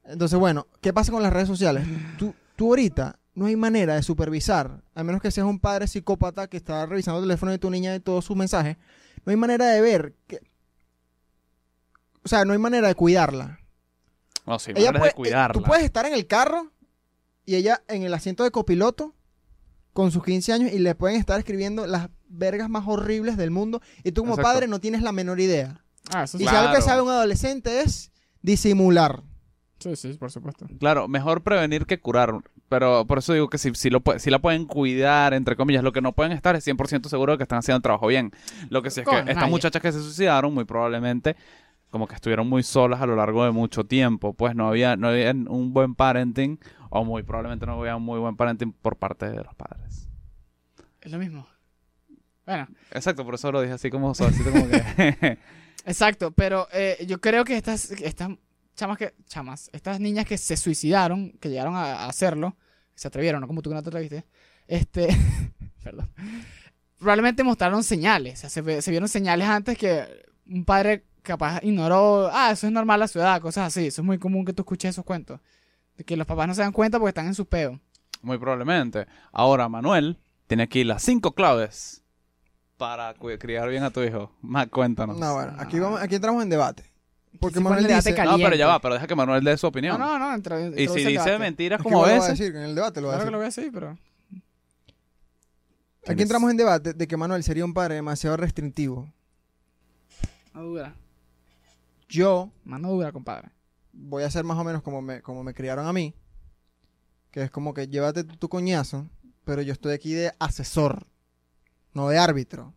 Entonces, bueno, ¿qué pasa con las redes sociales? Tú, tú ahorita no hay manera de supervisar, a menos que seas un padre psicópata que está revisando el teléfono de tu niña y todos sus mensajes, no hay manera de ver que... O sea, no hay manera de cuidarla. No, sí, Ella maneras puede- eh, de cuidarla. Tú puedes estar en el carro y ella en el asiento de copiloto con sus 15 años y le pueden estar escribiendo las vergas más horribles del mundo y tú como Exacto. padre no tienes la menor idea. Ah, eso Y sí. Claro. si algo que sabe un adolescente es disimular. Sí, sí, por supuesto. Claro, mejor prevenir que curar. Pero por eso digo que si, si, lo, pu- si la pueden cuidar, entre comillas, lo que no pueden estar es 100% seguro de que están haciendo el trabajo bien. Lo que sí es que Con estas nadie. muchachas que se suicidaron, muy probablemente, como que estuvieron muy solas a lo largo de mucho tiempo. Pues no había, no había un buen parenting, o muy probablemente no había un muy buen parenting por parte de los padres. Es lo mismo. Bueno, Exacto, por eso lo dije así como suavecito, como que... exacto, pero eh, yo creo que estas, estas chamas que. Chamas, estas niñas que se suicidaron, que llegaron a, a hacerlo, que se atrevieron, ¿no? Como tú que no te atreviste. Este. perdón. Probablemente mostraron señales. O sea, se, ve- se vieron señales antes que un padre capaz ignoró, ah, eso es normal la ciudad, cosas así. Eso es muy común que tú escuches esos cuentos. De que los papás no se dan cuenta porque están en su peo. Muy probablemente. Ahora, Manuel tiene aquí las cinco claves para cu- criar bien a tu hijo. Más, cuéntanos. No, No, bueno, Ah. aquí, vamos, aquí entramos en debate. Porque Sí, Manuel ponle debate dice... cal- caliente. pero ya va, pero deja que Manuel dé su opinión. No, no, no. entra- entra y si ese dice debate. mentiras Es que como a lo voy a veces. decir, en el debate lo voy a Claro que decir. lo voy a decir, pero... Aquí entramos en debate de que Manuel sería un padre demasiado restrictivo. Mano dura. Yo Mano dura, compadre. voy a hacer más o menos como me, como me criaron a mí, que es como que llévate tu, tu coñazo, pero yo estoy aquí de asesor, no de árbitro.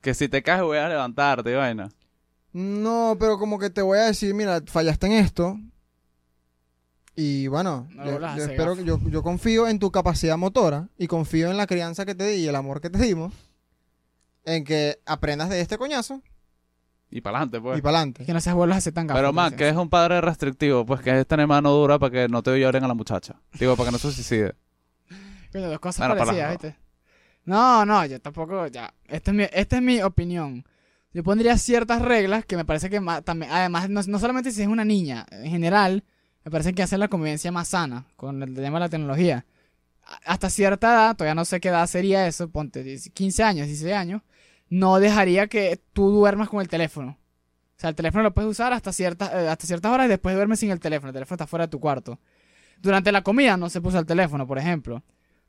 Que si te caes voy a levantarte y vaina. No, pero como que te voy a decir, mira, fallaste en esto. Y bueno, No lo yo, vuelvas a yo hacer, espero que yo, yo confío en tu capacidad motora y confío en la crianza que te di y el amor que te dimos, en que aprendas de este coñazo Y pues, para adelante, pues. y para adelante. Es que no seas vuelos así tan gafas, Pero man, entonces. que es un padre restrictivo, pues que es tener mano dura para que no te lloren a la muchacha. Digo, para que no se suicide. Coño, dos cosas Bueno, para parecidas, las- ¿viste? No, no, yo tampoco, ya. Esta es mi, esta es mi opinión. Yo pondría ciertas reglas que me parece que ma- también, además, no, no solamente si es una niña, en general, me parece que hace la convivencia más sana con el tema de la tecnología. A- Hasta cierta edad, todavía no sé qué edad sería eso, ponte 10, 15 años, 16 años, no dejaría que tú duermas con el teléfono. O sea, el teléfono lo puedes usar hasta ciertas, eh, hasta ciertas horas y después duermes sin el teléfono. El teléfono está fuera de tu cuarto. Durante la comida no se puso el teléfono, por ejemplo.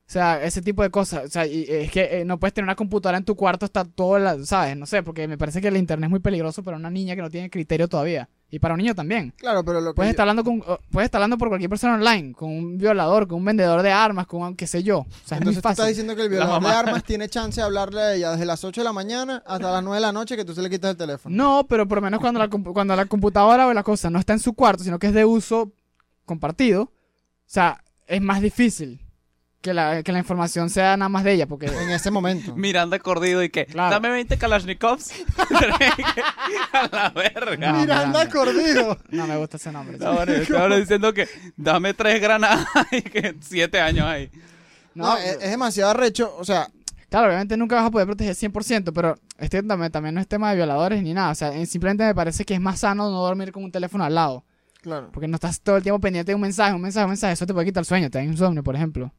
O sea, ese tipo de cosas. O sea, y eh, es que eh, no puedes tener una computadora en tu cuarto hasta todo, la, ¿sabes? No sé, porque me parece que el internet es muy peligroso para una niña que no tiene criterio todavía. Y para un niño también. Claro, pero lo que Puedes yo- estar hablando con o- puedes estar hablando por cualquier persona online, con un violador, con un vendedor de armas, con un- qué sé yo. O sea, es muy Entonces tú estás fácil. diciendo que el violador de mamá. armas tiene chance de hablarle a ella desde las 8 de la mañana hasta las 9 de la noche que tú se le quitas el teléfono. No, pero por lo menos cuando la, compu- cuando la computadora o la cosa no está en su cuarto, sino que es de uso compartido, o sea, es más difícil que la, que la información sea nada más de ella, porque En ese momento. Miranda cordido y que, Claro. dame 20 Kalashnikovs. a la verga. Miranda No, Miranda. Cordido. no me gusta ese nombre. No, bueno, yo te hablo diciendo que dame tres granadas y que siete años ahí. No, es, es demasiado arrecho. O sea, Claro, obviamente nunca vas a poder proteger 100%, pero este también, también no es tema de violadores ni nada. O sea, eh, simplemente me parece que es más sano no dormir con un teléfono al lado. claro. Porque no estás todo el tiempo pendiente de un mensaje, un mensaje, un mensaje. Eso te puede quitar el sueño, te da insomnio, por ejemplo.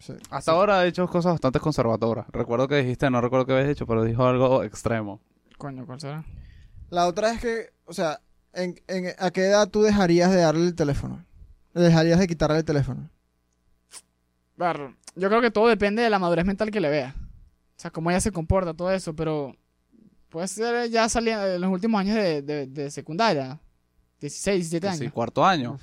sí. Hasta ahora he hecho cosas bastante conservadoras. Recuerdo que dijiste, no recuerdo qué habías dicho, pero dijo algo extremo. Coño, ¿cuál será? La otra es que, o sea, en, en- ¿a qué edad tú dejarías de darle el teléfono? ¿Le dejarías de quitarle el teléfono? Barro, yo creo que todo depende de la madurez mental que le vea. O sea, cómo ella se comporta, todo eso, pero puede ser ya salía en los últimos años de, de- de secundaria. 16, 17 Sí, años. cuarto año.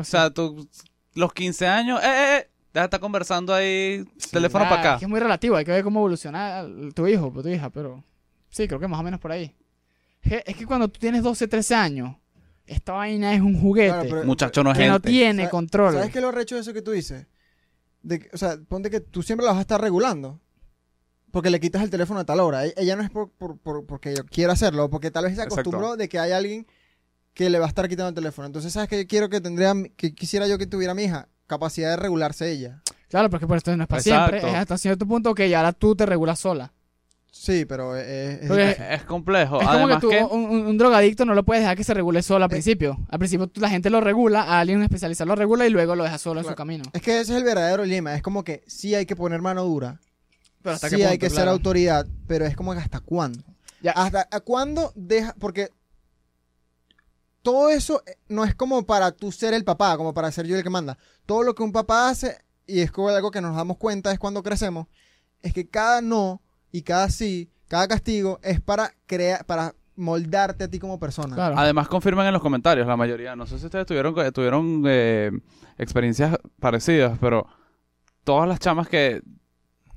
O así. sea, tú, los 15 años, eh, eh, eh, deja de estar conversando ahí, teléfono Ah, para acá. Es que es muy relativo, hay que ver cómo evoluciona el- tu hijo o tu hija, pero sí, creo que más o menos por ahí. Es que- Es que cuando tú tienes 12, 13 años, esta vaina es un juguete Claro, pero- Muchacho no es que no gente. tiene Sa- control. ¿Sabes qué es lo arrecho de eso que tú dices? De que- o sea, ponte que tú siempre la vas a estar regulando. Porque le quitas el teléfono a tal hora. E- Ella no es por, por- por- porque yo quiera hacerlo, porque tal vez se Exacto. acostumbró de que hay alguien que le va a estar quitando el teléfono. Entonces, ¿sabes qué quiero que tendría, mi- que quisiera yo que tuviera mi hija? Capacidad de regularse ella. Claro, porque por esto no es para Exacto. siempre, es hasta cierto punto que ya ahora tú te regulas sola. Sí, pero eh, es, Porque- Es, es complejo. Es como que Oh, Además tú, oh, que, un, un- un drogadicto no lo puedes dejar que se regule solo Eh. al principio. Al principio tú- la gente lo regula, a alguien especializado lo regula y luego lo deja solo en Claro. su camino. es que ese es el verdadero lema. Es como que sí hay que poner mano dura. Pero hasta sí qué hay punto, que ser claro. autoridad, pero es como que hasta cuándo. Ya. ¿Hasta a cuándo deja? Porque todo eso eh, no es como para tú ser el papá, como para ser yo el que manda. Todo lo que un papá hace, y es como algo que nos damos cuenta es cuando crecemos, es que cada no y cada sí, cada castigo es para crear, para moldarte a ti como persona. Claro. además confirman en los comentarios, la mayoría. No sé si ustedes tuvieron, eh, tuvieron eh, experiencias parecidas, pero todas las chamas que,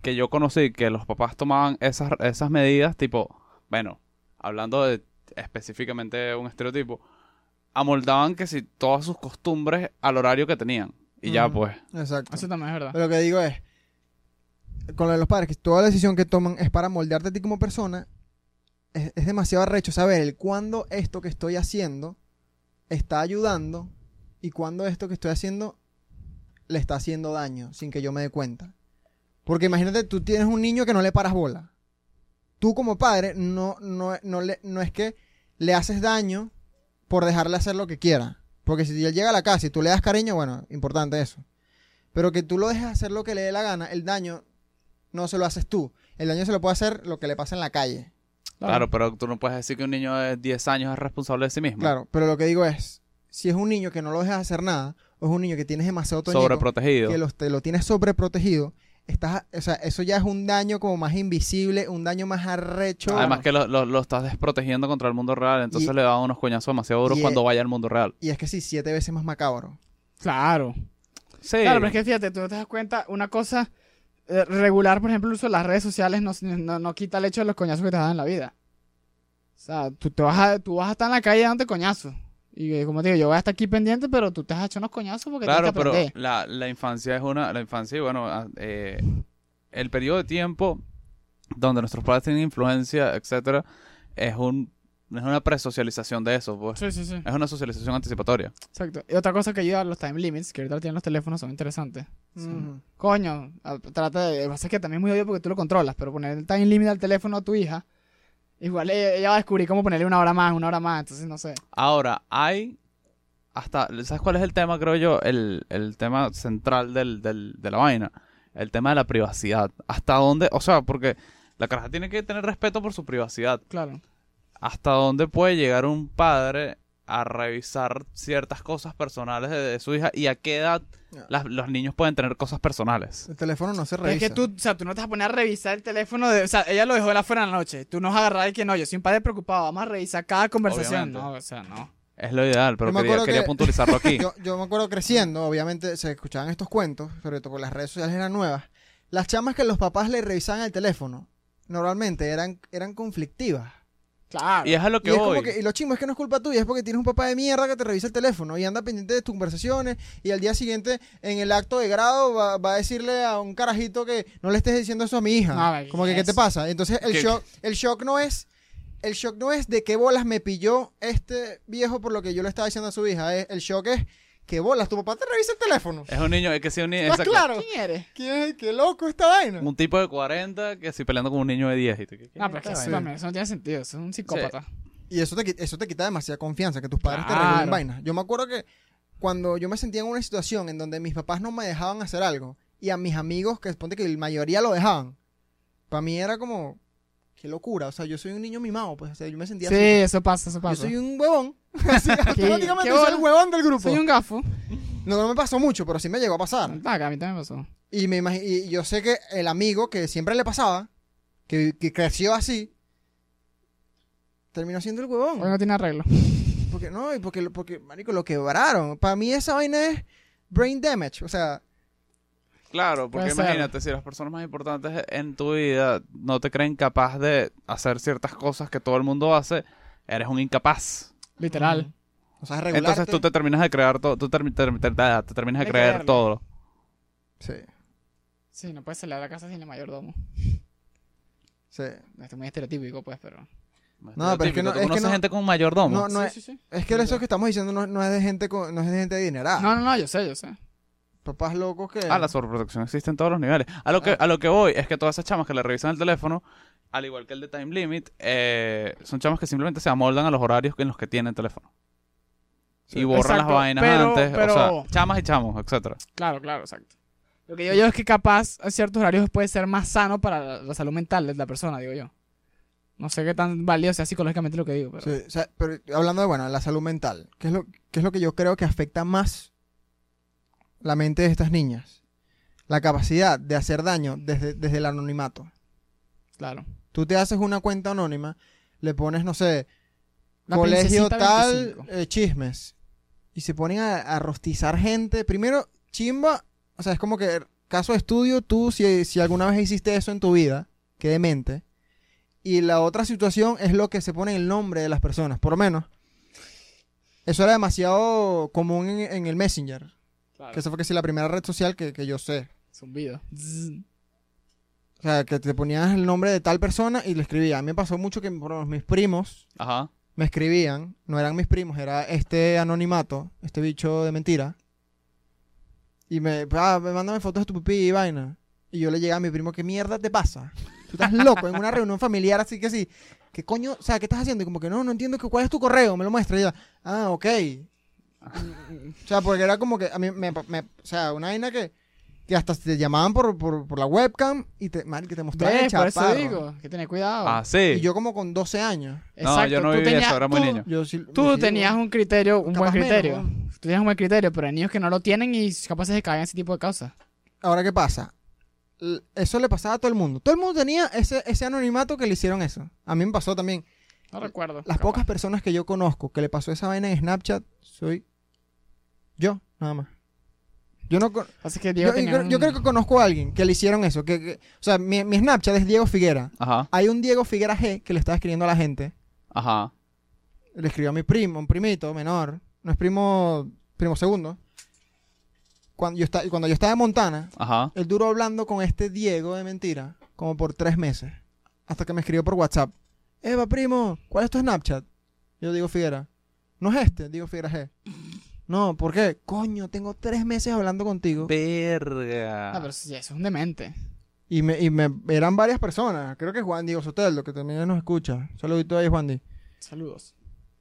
que yo conocí, que los papás tomaban esas, esas medidas, tipo, bueno, hablando de específicamente de un estereotipo, amoldaban que si todas sus costumbres al horario que tenían. Y ya Ujú. pues. Exacto. Eso también es verdad. Pero lo que digo es, con lo de los padres, que toda la decisión que toman es para moldearte a ti como persona, es, es demasiado arrecho saber el cuándo esto que estoy haciendo está ayudando y cuándo esto que estoy haciendo le está haciendo daño sin que yo me dé cuenta. Porque imagínate, tú tienes un niño que no le paras bola. Tú como padre no, no, no, le, no es que le haces daño por dejarle hacer lo que quiera. Porque si él llega a la casa y tú le das cariño, bueno, importante eso. Pero que tú lo dejes hacer lo que le dé la gana, el daño no se lo haces tú. El daño se lo puede hacer lo que le pasa en la calle. Claro, pero tú no puedes decir que un niño de 10 años es responsable de sí mismo. Claro, pero lo que digo es, si es un niño que no lo dejas hacer nada, o es un niño que tienes demasiado toñico, Sobreprotegido. que los- te lo tienes sobreprotegido, estás, o sea, eso ya es un daño como más invisible, un daño más arrecho. Además que lo, lo- lo estás desprotegiendo contra el mundo real, entonces Y- le da unos coñazos demasiado duros y- e cuando vaya al mundo real. Y es que sí, siete veces más macabro. Claro. Sí. Claro, pero es que fíjate, tú no te das cuenta, una cosa eh, regular, por ejemplo, el uso de las redes sociales no, no- no quita el hecho de los coñazos que te dan en la vida. O sea, tú, te vas, a, tú vas a estar en la calle dándote coñazos. Y eh, como te digo, yo voy a estar aquí pendiente, pero tú te has hecho unos coñazos porque Claro, tienes que pero aprender. la, la infancia es una. La infancia, y bueno, a- eh, el periodo de tiempo donde nuestros padres tienen influencia, etcétera, es un es una presocialización de eso, pues. Sí, sí, sí. Es una socialización anticipatoria. Exacto. Y otra cosa que ayuda a los time limits, que ahorita tienen los teléfonos, son interesantes. Ujú. Coño, a- trata de. Lo que pasa es que también es muy obvio porque tú lo controlas, pero poner el time limit al teléfono a tu hija, igual ella, ella va a descubrir cómo ponerle una hora más, una hora más, entonces no sé. Ahora, hay hasta. ¿Sabes cuál es el tema, creo yo? El, el tema central del, del- de la vaina. El tema de la privacidad. ¿Hasta dónde? O sea, porque la caraja tiene que tener respeto por su privacidad. Claro. ¿Hasta dónde puede llegar un padre a revisar ciertas cosas personales de, de su hija? ¿Y a qué edad No. las- los niños pueden tener cosas personales? El teléfono no se Pero revisa. Es que tú, o sea, tú no te vas a poner a revisar el teléfono de, o sea, ella lo dejó la fuera en la noche. Tú no vas a agarrar y que no, yo soy un padre preocupado, vamos a revisar cada conversación. Obviamente. No, o sea, no. Es lo ideal, pero Yo me quería, acuerdo quería que- puntualizarlo aquí. Yo, yo me acuerdo creciendo, obviamente se escuchaban estos cuentos, sobre todo porque las redes sociales eran nuevas. Las chamas que los papás le revisaban el teléfono, normalmente eran, eran conflictivas. Claro. y es a lo Y, que es voy. como que, y lo chingo es que no es culpa tuya, es porque tienes un papá de mierda que te revisa el teléfono y anda pendiente de tus conversaciones y al día siguiente en el acto de grado va, va a decirle a un carajito que no le estés diciendo eso a mi hija. No, como que, ¿qué es- te pasa? Entonces el Ah, ¿Qué- shock, el shock no es... El shock no es de qué bolas me pilló este viejo por lo que yo le estaba diciendo a su hija. es- El shock es que bolas, tu papá te revisa el teléfono. Es un niño, es que si un niño. Está exacto. Ah, Pues claro. ¿Quién eres? ¿Qué, qué loco esta vaina. Un tipo de 40 que estoy peleando con un niño de 10. Y tú, ¿qué- qué No, pero es que esta eso vaina? también, eso no tiene sentido, eso es un psicópata. Y eso te, qui- eso te quita demasiada confianza, que tus padres te Claro. regulen vainas. Yo me acuerdo que cuando yo me sentía en una situación en donde mis papás no me dejaban hacer algo, y a mis amigos, que suponte que la mayoría lo dejaban, para mí era como, qué locura. O sea, yo soy un niño mimado, pues, o sea, yo me Sí, sentía así. eso pasa, eso Yo pasa. soy un huevón. Así, automáticamente qué yo soy el bola. huevón del grupo. Soy un gafo. No, no me pasó mucho, pero sí me llegó a pasar. Ah, que a mí también me pasó. Y, me imagi- y yo sé que el amigo que siempre le pasaba, que, que creció así, terminó siendo el huevón. Hoy no tiene arreglo. Porque no, y porque, lo- porque, marico, lo quebraron. Para mí esa vaina es brain damage. O sea, Claro, porque Puede ser. imagínate, si las personas más importantes en tu vida no te creen capaz de hacer ciertas cosas que todo el mundo hace, eres un incapaz. Literal. o sea, es regularte. Entonces tú te terminas de crear todo, tú termi- termi- ter- te, terminas de, De creer creerlo. todo. Sí, Sí, no puedes salir a la casa sin el mayordomo. sí. Esto es muy estereotípico, pues, pero. No, pero es que no- ¿Tú es que conoces no- gente con mayordomo. No, no Sí, es, sí, sí. es que eso que estamos diciendo no, no es de gente con- no es de gente adinerada. No, no, no, yo sé, yo sé. Papás locos que. Ah, la sobreprotección existe en todos los niveles. A lo que, a lo que voy es que todas esas chamas que le revisan el teléfono, al igual que el de Time Limit, eh, son chamas que simplemente se amoldan a los horarios en los que tienen teléfono. Sí. Y borran Exacto, las vainas pero- antes. pero- O sea, chamas y chamos, etcétera. Claro, claro, exacto. Lo que yo digo es que capaz a ciertos horarios puede ser más sano para la, la salud mental de la persona, digo yo. No sé qué tan válido sea psicológicamente lo que digo, pero... Sí, o sea, pero hablando de, bueno, la salud mental, ¿qué es, lo, ¿qué es lo que yo creo que afecta más la mente de estas niñas? La capacidad de hacer daño desde, desde el anonimato. Claro. Tú te haces una cuenta anónima, le pones, no sé, La colegio princesita tal, 25. eh, chismes. Y se ponen a, a rostizar gente. Primero, chimba, o sea, es como que caso de estudio, tú si, si alguna vez hiciste eso en tu vida, qué demente. Y la otra situación es lo que se pone el nombre de las personas, por lo menos. Eso era demasiado común en, en el Messenger. Claro. Que esa fue que sí la primera red social que, que yo sé. Zumbido. Zzz. O sea, que te ponías el nombre de tal persona y le escribía. A mí me pasó mucho que por lo menos, mis primos Ajá. me escribían, no eran mis primos, era este anonimato, este bicho de mentira. Y me, ah, me mándame fotos de tu pipí y vaina. Y yo le llegaba a mi primo, ¿qué mierda te pasa? Tú estás loco en una reunión familiar, así que sí. ¿Qué coño? O sea, ¿qué estás haciendo? Y como que no, no entiendo que, cuál es tu correo, me lo muestra. Y yo, ah, ok. O sea, porque era como que a mí me, me- o sea, una vaina que, que hasta te llamaban por, por, por la webcam y te, man, que te mostraban el ¿Ves? Por eso chaparro. digo, que tener cuidado. Ah, sí. Oh. Y yo como con 12 años. no, yo no tú viví tenías- eso, era muy tú- niño. Yo sí- yo Tú sí- tenías un criterio, un buen Capaz menos, criterio. weón. tú tenías un buen criterio, pero hay niños que no lo tienen y capaz se caen en ese tipo de causas. Ahora, ¿qué pasa? L- Eso le pasaba a todo el mundo. Todo el mundo tenía ese, ese anonimato que le hicieron eso. A mí me pasó también. No recuerdo. Las capaz. pocas personas que yo conozco que le pasó esa vaina en Snapchat soy yo, nada más. Yo no con- Así que yo, Diego tenía yo- un- yo creo que conozco a alguien que le hicieron eso. Que, que- o sea, mi, mi Snapchat es Diego Figuera. Ajá, Hay un Diego Figuera G que le estaba escribiendo a la gente. ajá. Le escribió a mi primo, un primito menor. No es primo, primo segundo. Cuando yo, esta- cuando yo estaba en Montana, Ajá. Él duró hablando con este Diego de mentira como por tres meses. Hasta que me escribió por WhatsApp. Eva, primo, ¿cuál es tu Snapchat? Yo digo, Figuera. No es este, digo Figuera G. No, ¿por qué? Coño, tengo tres meses hablando contigo. Verga. Ah, pero eso, sí, eso es un demente. Y me, y me eran varias personas. Creo que Juan Diego Soteldo, que también nos escucha. Un Saludito ahí, Juan Di. Saludos.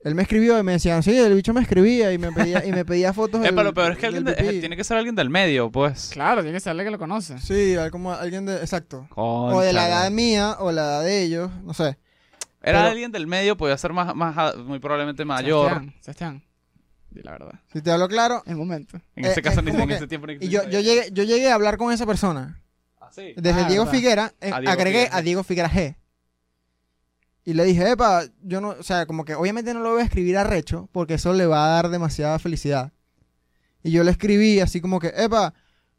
Él me escribió y me decían, sí, el bicho me escribía y me pedía, y me pedía fotos. Epa, del- lo peor Eh, es que del alguien de- pipí. tiene que ser alguien del medio, pues. Claro, tiene que serle que lo conoce. Sí, al- como alguien de. Exacto. O de la Cónchale. edad mía, o la edad de ellos, no sé. Era pero- alguien del medio, podía ser más, más a- muy probablemente mayor. Sebastián, Sebastián. Di la verdad. Si te hablo claro, En el momento. En Eh, ese eh, caso, ni como en que- ese tiempo ni Y yo, yo, llegué, yo llegué a hablar con esa persona. Ah, sí. Desde Ah, Diego verdad. Figuera, eh, A Diego agregué Figuera. a Diego Figuera G. Y le dije, epa, yo no, o sea, como que obviamente no lo voy a escribir a Recho, porque eso le va a dar demasiada felicidad. Y yo le escribí así como que, epa,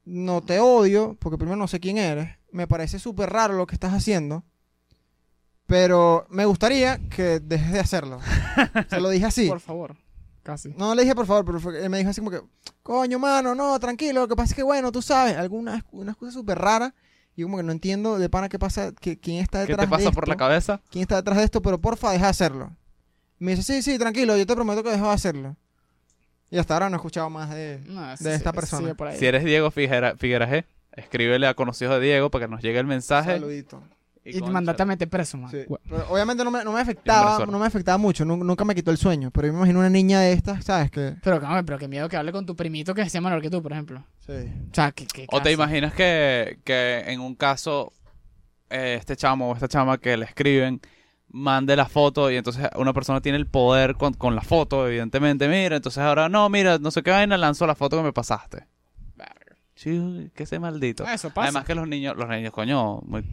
no te odio, porque primero no sé quién eres, me parece súper raro lo que estás haciendo, pero me gustaría que dejes de hacerlo. Se lo dije así. Por favor. Casi. No le dije por favor, pero fue- él me dijo así como que, coño, mano, no, tranquilo, lo que pasa es que bueno, tú sabes, alguna una cosa súper rara. Y yo como que no entiendo de pana qué pasa, que, quién está ¿Qué te detrás de pasa esto, por la cabeza? quién está detrás de esto, pero porfa, deja de hacerlo. Me dice, sí, sí, tranquilo, yo te prometo que dejo de hacerlo. Y hasta ahora no he escuchado más de... No, eso De sí- esta eso persona. sigue por ahí. Si eres Diego Figuera, Figuera G, escríbele a conocidos de Diego para que nos llegue el mensaje. Saludito. Y te cónchale. mandate a meter preso, man. Sí. Gua- Pero obviamente no me, no me afectaba, Inversor. no me afectaba mucho, nu- nunca me quitó el sueño, pero yo me imagino una niña de estas, ¿sabes? Que... Pero, cabrón, pero qué miedo que hable con tu primito que sea menor que tú, por ejemplo. Sí. O sea, que, que O te imaginas que, que en un caso eh, este chamo o esta chama que le escriben mande la foto y entonces una persona tiene el poder con, con la foto, evidentemente. Mira, entonces ahora no, mira, no sé qué vaina, lanzo la foto que me pasaste. Verga. Sí, que ese maldito. Ah, Eso pasa. Además que los niños, los niños, coño, muy-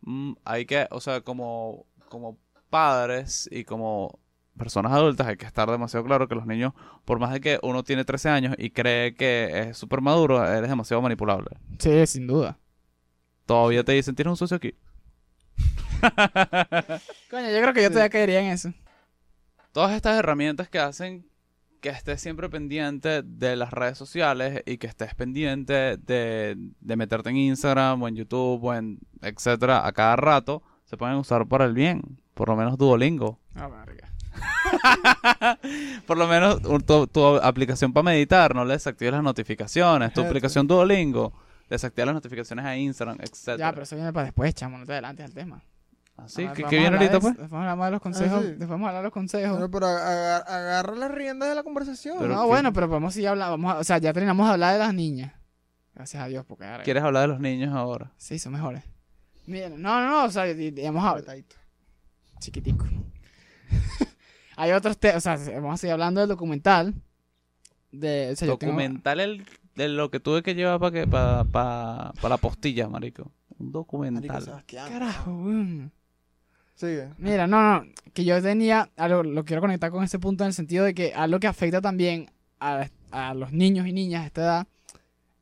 mm, hay que, o sea, como, como padres y como personas adultas hay que estar demasiado claro que los niños, por más de que uno tiene 13 años y cree que es súper maduro, eres demasiado manipulable. Sí, sin duda. Todavía te dicen, tienes un socio aquí. Coño, yo creo que yo todavía caería en eso. Todas estas herramientas que hacen que estés siempre pendiente de las redes sociales y que estés pendiente de, de meterte en Instagram o en YouTube o en etcétera a cada rato, se pueden usar para el bien. Por lo menos Duolingo. Ah, verga. Por lo menos un- tu, tu aplicación para meditar, no le desactives las notificaciones. Tu Exacto. aplicación Duolingo, desactiva las notificaciones a Instagram, Ya, etcétera. pero eso viene para después, chamo. No te adelantes al tema. Así Ah, que, vamos que a bien hablar de ahorita eso. pues. Después hablamos de los consejos. sí. Después vamos a hablar de los consejos. Pero, pero aga- agarra las riendas de la conversación. Pero no, que- bueno, pero podemos seguir hablando. Vamos a- o sea, ya terminamos de hablar de las niñas. Gracias a Dios, porque ahora. pues? ¿Quieres hablar de los niños ahora? Sí, son mejores. eh. Miren, no, no, no, o sea, y- y hemos hablado. Apretadito. Chiquitico. Hay otros temas, o sea, vamos a seguir hablando del documental. De, o sea, yo tengo- documental el, de lo que tuve que llevar para que para pa, pa la postilla, marico. Un documental. Marico, Sebastián. Carajo, weón. Sigue. Mira, no, no, que yo tenía, algo, lo quiero conectar con ese punto en el sentido de que algo que afecta también a, a los niños y niñas de esta edad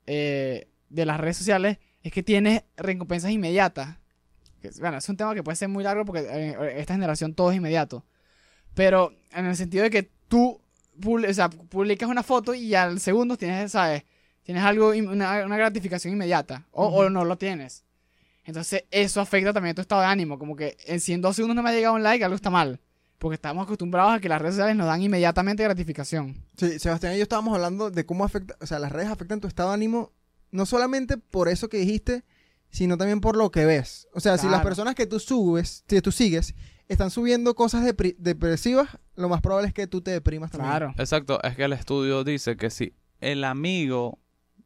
eh, de las redes sociales es que tienes recompensas inmediatas. Que es- Bueno, es un tema que puede ser muy largo porque eh, esta generación todo es inmediato. Pero en el sentido de que tú pul- o sea, publicas una foto y al segundo tienes, ¿sabes? Tienes algo, in- una, una gratificación inmediata o, o Ujú. no lo tienes. Entonces, eso afecta también a tu estado de ánimo. Como que en, si en dos segundos no me ha llegado un like, algo está mal. Porque estamos acostumbrados a que las redes sociales nos dan inmediatamente gratificación. Sí, Sebastián y yo estábamos hablando de cómo afecta, o sea, las redes afectan tu estado de ánimo, no solamente por eso que dijiste, sino también por lo que ves. O sea, si las Claro. personas que tú subes, si tú sigues, están subiendo cosas depri- depresivas, lo más probable es que tú te deprimas también. Claro. Exacto, es que el estudio dice que si el amigo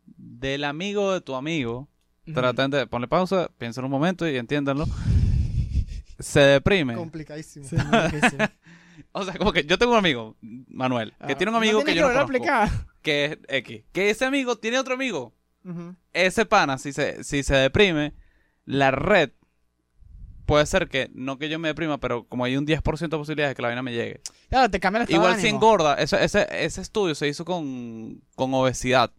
del amigo de tu amigo, traten de ponle pausa, piensen un momento y entiéndanlo, se deprime. Complicadísimo. Sí, difícil. O sea, como que yo tengo un amigo, Manuel, que Ah, tiene un amigo no que tiene yo no volver a conozco, aplicar. que es X, que ese amigo tiene otro amigo. Ujú. Ese pana, si se, si se deprime, la red puede ser que, no que yo me deprima, pero como hay un 10% de posibilidades de que la vaina me llegue. Claro, te cambia el estado Igual de si ánimo. engorda, ese, ese, ese estudio se hizo con, con obesidad.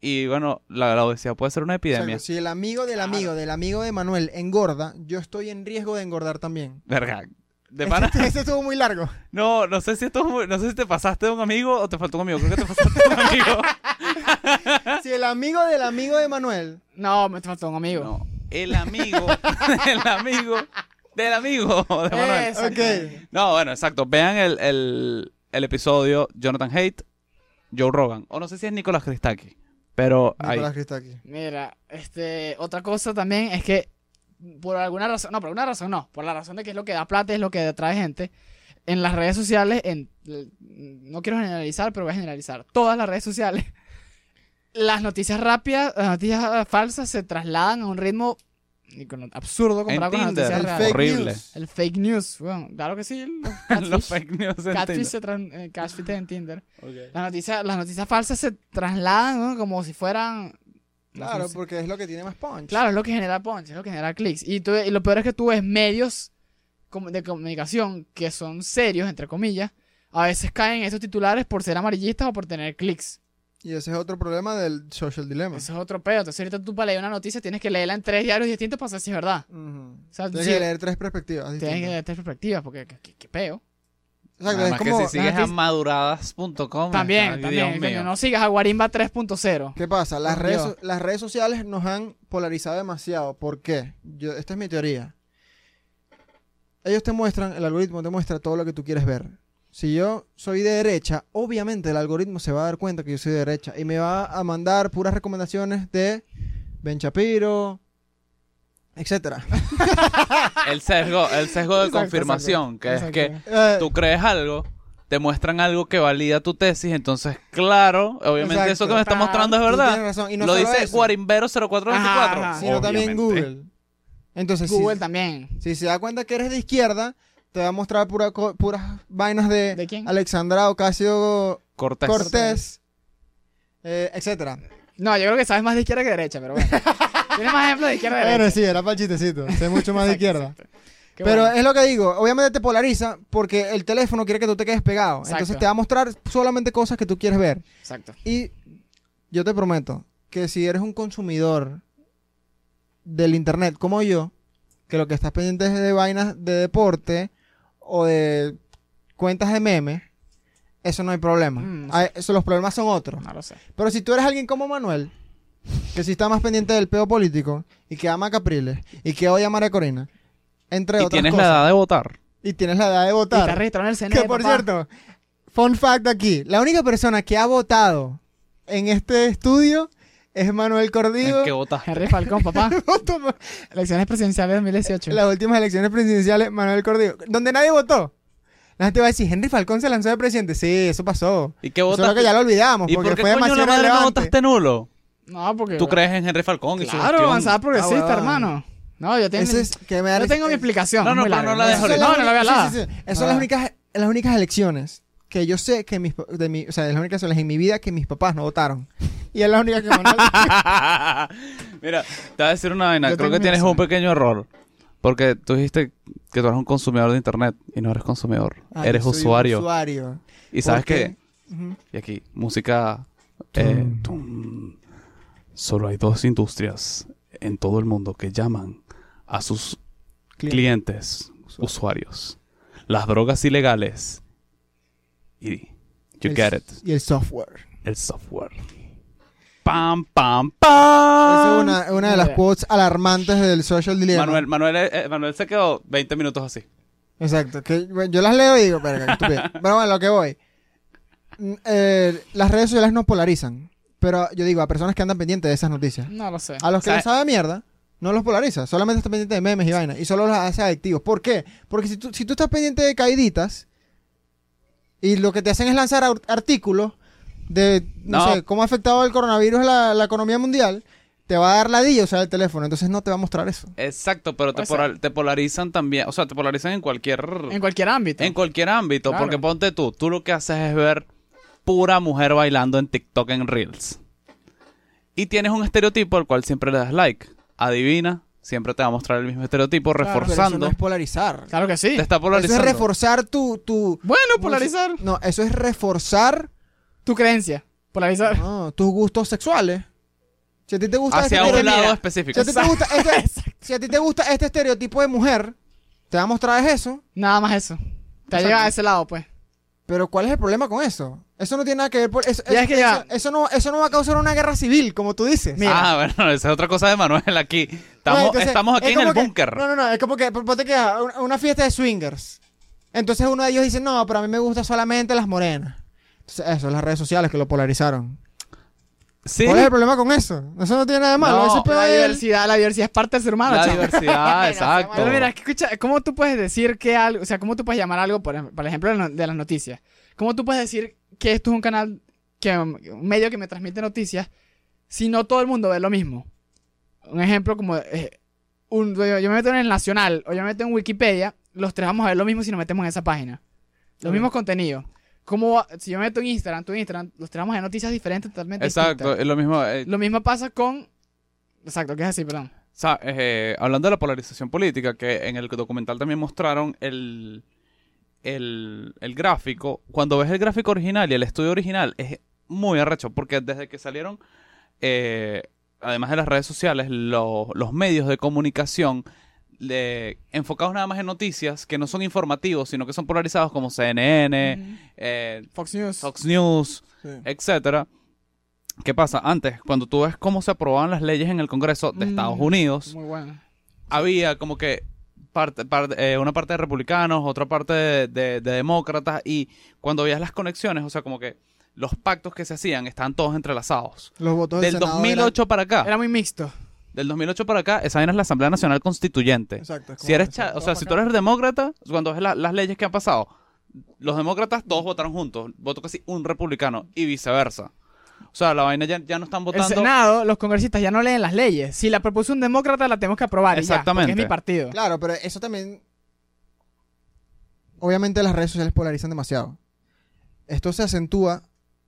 Y bueno, la, la obesidad puede ser una O sea, epidemia. si el amigo del amigo del amigo de Manuel engorda, yo estoy en riesgo de engordar también. Verga. De Ese- pana. Ese, estuvo muy largo. No, no sé si esto es muy- no sé si te pasaste de un amigo o te faltó un amigo. Creo que te pasaste de un amigo. ¿Ah? Si el amigo del amigo de Manuel. No, me faltó un amigo. No, el amigo, el amigo del amigo de Manuel. Eso. Ok. No, bueno, exacto. Vean el, el, el episodio Jonathan Haidt, Joe Rogan. O no sé si es Nicolás Christakis, pero ahí. Nicolás Christakis. Mira, este, otra cosa también es que por alguna razón, no, por alguna razón no, por la razón de que es lo que da plata, es lo que atrae gente, en las redes sociales, en, mm, no quiero generalizar, pero voy a generalizar, todas las redes sociales, las noticias rápidas, las noticias ah, falsas se trasladan a un ritmo y con- absurdo En comparado con las Tinder, noticias El reales. fake horrible. news. El fake news, bueno, claro que sí, los Los catfish, fake news en catfish Tinder. se tran- eh, catfish en Tinder. Ok. Las noticias, las noticias falsas se trasladan ¿no? como si fueran... no Claro, sé, porque es lo que tiene más punch. Claro, es lo que genera punch, es lo que genera clics. Y, tú- y lo peor es que tú ves medios com- de comunicación que son serios, entre comillas, a veces caen en esos titulares por ser amarillistas o por tener clics. Y ese es otro problema del social dilemma. Eso es otro pedo. Entonces ahorita tú para leer una noticia tienes que leerla en tres diarios distintos para saber si es verdad. Ujú. sea, Tienes sí. que leer tres perspectivas. Tienes que distintas. leer tres perspectivas porque qué, qué- qué peo. Exacto, Nada es más como, que si sigues a noticias- maduradas.com. también, ay, también. Dios coño, mío. no sigas a Guarimba 3.0. ¿Qué pasa? Las Por redes, Oh, Dios. las redes sociales nos han polarizado demasiado. ¿Por qué? Yo, esta es mi teoría. Ellos te muestran, el algoritmo te muestra todo lo que tú quieres ver. Si yo soy de derecha, obviamente el algoritmo se va a dar cuenta que yo soy de derecha y me va a mandar puras recomendaciones de Ben Shapiro, etcétera. El sesgo, el sesgo de Exacto, confirmación, que exacto. es que Eh, tú crees algo, te muestran algo que valida tu tesis, entonces, claro, obviamente Exacto. eso que me está mostrando es tú verdad. tienes razón. Y no lo solo dice eso, Guarimbero Ajá, 0424. ajá. sino también Obviamente. Google. Entonces, si- Google también. Si se da cuenta que eres de izquierda, te va a mostrar pura co- puras vainas de, ¿De quién? Alexandra Ocasio Cortés. Cortés, eh, etcétera. No, yo creo que sabes más de izquierda que de derecha, pero bueno. Tienes más ejemplos de izquierda que de derecha. Bueno, sí, era para el chistecito. Sé mucho más de Exacto, izquierda. Qué Pero eh, bueno. es lo que digo, obviamente te polariza porque el teléfono quiere que tú te quedes pegado. Exacto. Entonces te va a mostrar solamente cosas que tú quieres ver. Exacto. Y yo te prometo que si eres un consumidor del internet como yo, que lo que estás pendiente es de vainas de deporte o de cuentas de memes, eso no hay problema. Mm, Ah, eso- los problemas son otros. Ah. No lo sé. Pero si tú eres alguien como Manuel, que si está más pendiente del peo político y que ama a Capriles y que odia a María Corina, entre Y otras tienes la cosas, edad de votar. y tienes la edad de Y te has votar, registrado en el CNE, que por papá. cierto, fun fact aquí, la única persona que ha votado en este estudio es Manuel Cordillo. ¿En qué votaste? Henry Falcón, papá. Votó por Elecciones presidenciales 2018. Las últimas elecciones presidenciales, Manuel Cordillo, donde nadie votó. La gente va a decir, Henry Falcón se lanzó de presidente. Sí, eso pasó. ¿Y qué Solo votaste? que ya lo olvidamos, ¿Y porque por qué fue coño la demasiado madre no relevante. votaste nulo? No, porque. ¿Tú crees en Henry Falcón y su Claro, gestión? avanzada progresista, Ah, huevón. hermano. No, yo tengo, Ese es- que me da yo risa. tengo mi explicación. No, es no, muy pero no larga. la Esas dejo son ahorita. las No, no la voy a únicas- hablar. sí, sí, sí. Esas son Ah. las únicas, las únicas elecciones que yo sé que mis, pa- de mi, o sea, las únicas elecciones en mi vida que mis papás no votaron. Y es la única que Manuel Mira, te voy a decir una vaina. Yo Creo tengo que mi tienes un razón. pequeño error. Porque tú dijiste que tú eres un consumidor de internet y no eres consumidor. Ah, eres yo soy usuario. usuario. Y sabes ¿Por que, qué? Ujú. y aquí, música. eh, tum. Solo hay dos industrias en todo el mundo que llaman a sus Cliente. clientes, usuarios. Las drogas ilegales y you El- get it, Y el software. el software. Pam pam pam. Esa es una, una de las Mira. quotes alarmantes del social dilemma. Manuel, Manuel, eh, eh, Manuel se quedó 20 minutos así. Exacto. Que, bueno, yo las leo y digo, verga, qué estúpido. Pero bueno, lo que voy. Mm, eh, las redes sociales nos polarizan. Pero yo digo, a personas que andan pendientes de esas noticias. No lo sé. A los que O sea, les sabe a mierda, No los polariza, solamente está pendiente de memes y vainas. Y solo los hace adictivos. ¿Por qué? Porque si tú, si tú estás pendiente de caiditas y lo que te hacen es lanzar ar- artículos de, no, No. sé, cómo ha afectado el coronavirus a la, la economía mundial, te va a dar ladilla usar el teléfono. Entonces no te va a mostrar eso. Exacto, pero te, Puede ser. polar- te polarizan también, o sea, te polarizan en cualquier En cualquier ámbito. en cualquier ámbito, Claro. porque ponte tú, tú lo que haces es ver pura mujer bailando en TikTok en Reels. Y tienes un estereotipo al cual siempre le das like. Adivina, siempre te va a mostrar el mismo estereotipo Claro, pero Pero eso reforzando. no es polarizar. Claro que sí. Te está Eso es polarizando. reforzar tu, tu... Bueno, polarizar. No, eso es reforzar Tu creencia. Polarizar. no, tus gustos sexuales. Si a ti te gusta hacia este un estereotipo- lado mira, si específico. a ti te gusta este- si a ti te gusta este estereotipo de mujer, te va a mostrar es eso. Nada más eso. Te Exacto. llega a ese lado, pues. Pero ¿cuál es el problema con eso? Eso no tiene nada que ver por eso, Ya eso, es que ya- eso- eso no eso no va a causar una guerra civil, como tú dices. Mira. Ah, bueno, esa es otra cosa de Manuel aquí. Estamos, No, entonces, estamos aquí es en el como que- búnker. No, no, no, es como que ponte que a una- una fiesta de swingers. Entonces uno de ellos dice, "No, pero a mí me gustan solamente las morenas." Entonces, eso, las redes sociales que lo polarizaron. Sí, ¿Cuál es el problema con eso? Eso no tiene nada de malo. No, eso es peor La de él. diversidad, la diversidad es parte del ser humano, la chamo. diversidad, exacto. Pero mira, es que escucha, ¿cómo tú puedes decir que algo, o sea, cómo tú puedes llamar algo, por, ej- por ejemplo, de no- de las noticias? ¿Cómo tú puedes decir que esto es un canal, que mm, un medio que me transmite noticias, si no todo el mundo ve lo mismo? Un ejemplo como, eh, un, yo yo me meto en el Nacional o yo me meto en Wikipedia, los tres vamos a ver lo mismo si nos metemos en esa página. Los Ok. mismos contenidos. ¿Cómo va- si yo me meto en Instagram, tú en Instagram, los tres vamos a ver noticias diferentes totalmente Exacto, distintas? es lo mismo. eh, Lo mismo pasa con... Exacto, que es así, perdón. sa- eh, hablando de la polarización política, que en el documental también mostraron el, el, el gráfico. Cuando ves el gráfico original y el estudio original, es muy arrecho, porque desde que salieron, eh, además de las redes sociales, lo- los medios de comunicación le- enfocados nada más en noticias que no son informativos, sino que son polarizados como CNN, eh, Fox News. Fox News, Sí. etcétera. ¿Qué pasa? Antes, cuando tú ves cómo se aprobaban las leyes en el Congreso de Mm. Estados Unidos, Muy bueno. había como que parte, parte- eh, una parte de republicanos, otra parte de, de- de demócratas, y cuando veías las conexiones, o sea, como que los pactos que se hacían estaban todos entrelazados. Los votos Del Senado 2008 para acá, Era muy mixto. del 2008 para acá, esa vaina es la Asamblea Nacional Constituyente. eran- Exacto. es como Si eres, eso. cha- o sea, si tú eres demócrata, cuando ves la- las leyes que han pasado, los demócratas todos votaron juntos, votó casi un republicano y viceversa. O sea, la vaina ya, ya no están El votando. Senado, los congresistas ya no leen las leyes. Si la propuso un demócrata, la tenemos que aprobar. Exactamente. Exactamente. es mi partido. Claro, pero eso también. Obviamente las redes sociales polarizan demasiado. Esto se acentúa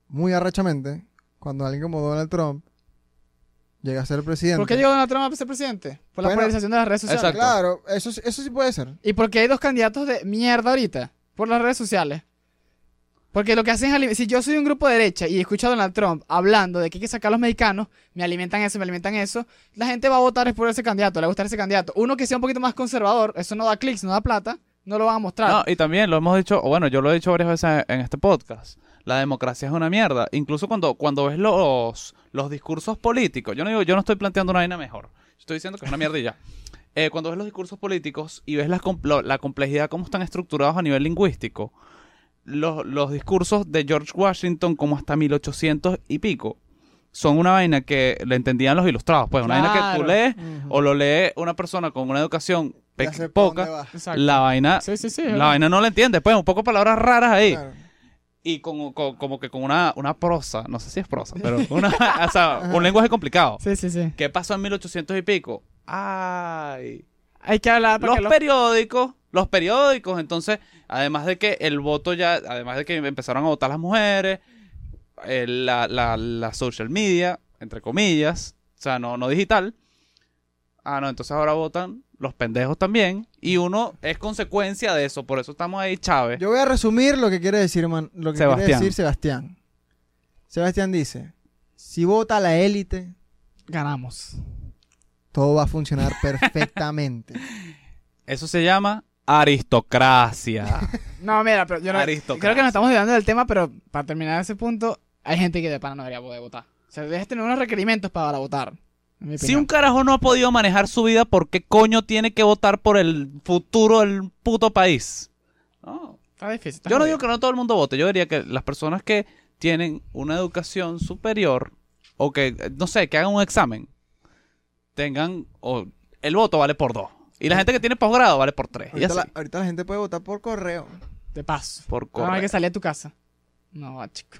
muy arrechamente cuando alguien como Donald Trump llega a ser presidente. ¿Por qué llegó Donald Trump a ser presidente? Por la Bueno, polarización de las redes sociales. exacto. Claro, eso, sí- eso sí puede ser. ¿Y por qué hay dos candidatos de mierda ahorita? Por las redes sociales. Porque lo que hacen es... alim- Si yo soy un grupo de derecha y escucho a Donald Trump hablando de que hay que sacar a los mexicanos, me alimentan eso, me alimentan eso, la gente va a votar es por ese candidato, le va a gustar ese candidato. Uno que sea un poquito más conservador, eso no da clics, no da plata, no lo van a mostrar. No, y también lo hemos dicho, o bueno, yo lo he dicho varias veces en este podcast. La democracia es una mierda. Incluso cuando, cuando ves los, los discursos políticos, yo no digo, yo no estoy planteando una vaina mejor. Yo estoy diciendo que es una mierda y ya. Eh, cuando ves los discursos políticos y ves las com- lo- la complejidad, cómo están estructurados a nivel lingüístico, los, los discursos de George Washington como hasta 1800 y pico, son una vaina que le entendían los ilustrados. Pues una vaina que Claro. tú lees o lo lee una persona con una educación pe- Ya sé por dónde poca, va. Exacto. la vaina Sí, sí, sí. es la verdad. vaina no la entiendes, pues, un poco palabras raras ahí. Claro. Y con, con- como que con una, una prosa, no sé si es prosa, pero una, o sea, un lenguaje complicado. Sí, sí, sí. ¿Qué pasó en 1800 y pico? Ay. Hay que hablar para Los que Ah, los- periódicos, los periódicos, entonces, además de que el voto ya, además de que empezaron a votar las mujeres, eh, la, la- la social media, entre comillas, o sea, no, no digital. Ah, no, entonces ahora votan los pendejos también. Y uno es consecuencia de eso, por eso estamos ahí, Chávez. Yo voy a resumir lo que quiere decir, man- lo que quiere Sebastián. decir Sebastián. Sebastián dice: si vota la élite, ganamos. todo va a funcionar perfectamente. Eso se llama aristocracia. No, mira, pero yo no. Aristocracia. Creo que nos estamos desviando del tema, pero para terminar ese punto, hay gente que de pana no debería poder votar. O sea, debes tener unos requerimientos para votar. en mi si opinión. un carajo no ha podido manejar su vida, ¿por qué coño tiene que votar por el futuro del puto país? No. Está difícil. está Yo no jodido. digo que no todo el mundo vote, yo diría que las personas que tienen una educación superior o que, eh, no sé, que hagan un examen, tengan o el voto vale por dos. Y la gente que tiene posgrado vale por tres. Y Ahorita así. la, ahorita la gente puede votar por correo. Te paso. Por No Ah, hay correo. que salir a tu casa. No, va, chico.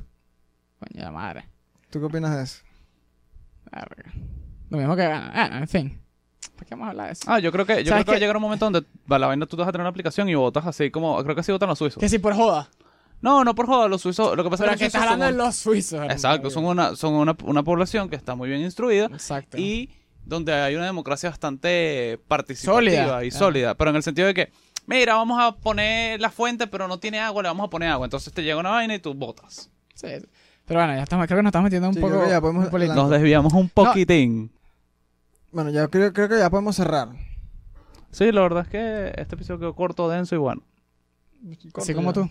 Coño de la madre. ¿Tú qué opinas de eso? La verga. Lo mismo que ganan. Bueno, en fin. ¿Para qué vamos a hablar de eso? Ah, yo creo que, yo creo ¿Sabes que va a qué? llegar un momento donde va la vaina tú vas a tener una aplicación y votas así como. Creo que así votan los suizos. Que si por joda. No, no por joder, los suizos. Lo que pasa Pero es aquí que los estás suizos son hablando de un- los suizos. hermano. Exacto, son una, son una, una población que está muy bien instruida Exacto. y donde hay una democracia bastante participativa Sólida. y Ah. sólida, pero en el sentido de que, mira, vamos a poner la fuente, pero no tiene agua, le vamos a poner agua, entonces te llega una vaina y tú botas. Sí. Pero bueno, ya estamos, creo que nos estamos metiendo un Sí, creo poco que ya podemos en política. lanzar. Nos desviamos un poquitín. Bueno, ya creo, creo que ya podemos cerrar. Sí, la verdad es que este episodio quedó corto, denso y bueno. Así como tú.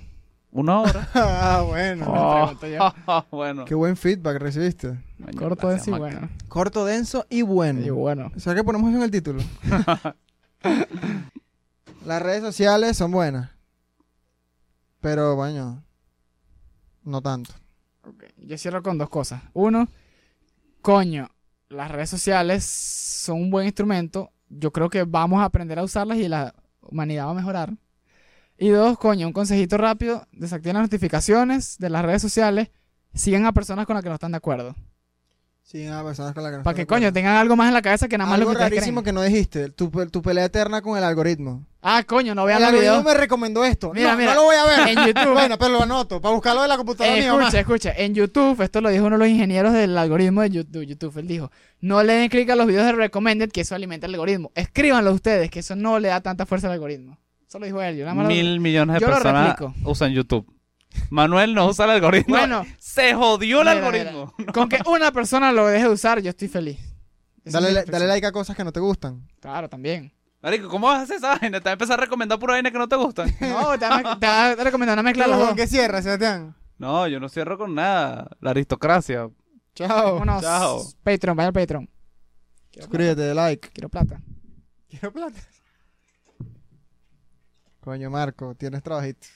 Una hora. ah, bueno. Oh. pregunto bueno. Qué buen feedback recibiste. Coño, Corto, gracias, denso y Maca. bueno. Corto, denso y bueno. Y bueno. O sea que ponemos eso en el título. Las redes sociales son buenas. Pero, bueno, no tanto. Ok, Yo cierro con dos cosas. Uno, coño, las redes sociales son un buen instrumento. Yo creo que vamos a aprender a usarlas y la humanidad va a mejorar. Y dos, coño, un consejito rápido, desactiven las notificaciones de las redes sociales, sigan a personas con las que no están de acuerdo. Sí, ah, personas con la que no Para que estoy de coño tengan algo más en la cabeza que nada acuerdo. más lo Algo que ustedes rarísimo creen. que no dijiste. Tu, pe- tu pelea eterna con el algoritmo. Ah, coño, no vean el los algoritmo videos me recomendó esto. Mira, no, mira. no lo voy a ver. en YouTube. Bueno, pero lo anoto. Para buscarlo de la computadora Eh, de mi mamá. escucha, escucha. En YouTube, esto lo dijo uno de los ingenieros del algoritmo de YouTube. YouTube, Él dijo: No le den clic a los videos de recommended, que eso alimenta el algoritmo. Escríbanlo ustedes, que eso no le da tanta fuerza al algoritmo. Eso lo dijo él. Yo nada más lo- Mil millones de Yo lo personas replico. usan YouTube. Manuel no usa el algoritmo. Bueno, Se jodió el Mira, algoritmo. con que una persona lo deje de usar, yo estoy feliz. Esa Dale, es mi li- dale reflexión. like a cosas que no te gustan. Claro, también. Marico, ¿cómo vas a hacer esa vaina? Te vas a empezar a recomendar pura vaina que no te gustan. No, te va a- te va a recomendar una mezcla de los Claro, dos. que cierra, Sebastián. No, yo no cierro con nada. La aristocracia. Chao. Vámonos. Chao. Patreon, vaya al Patreon. Quiero plata. Suscríbete, like. Quiero plata. Quiero plata. Coño, Marco, tienes trabajito.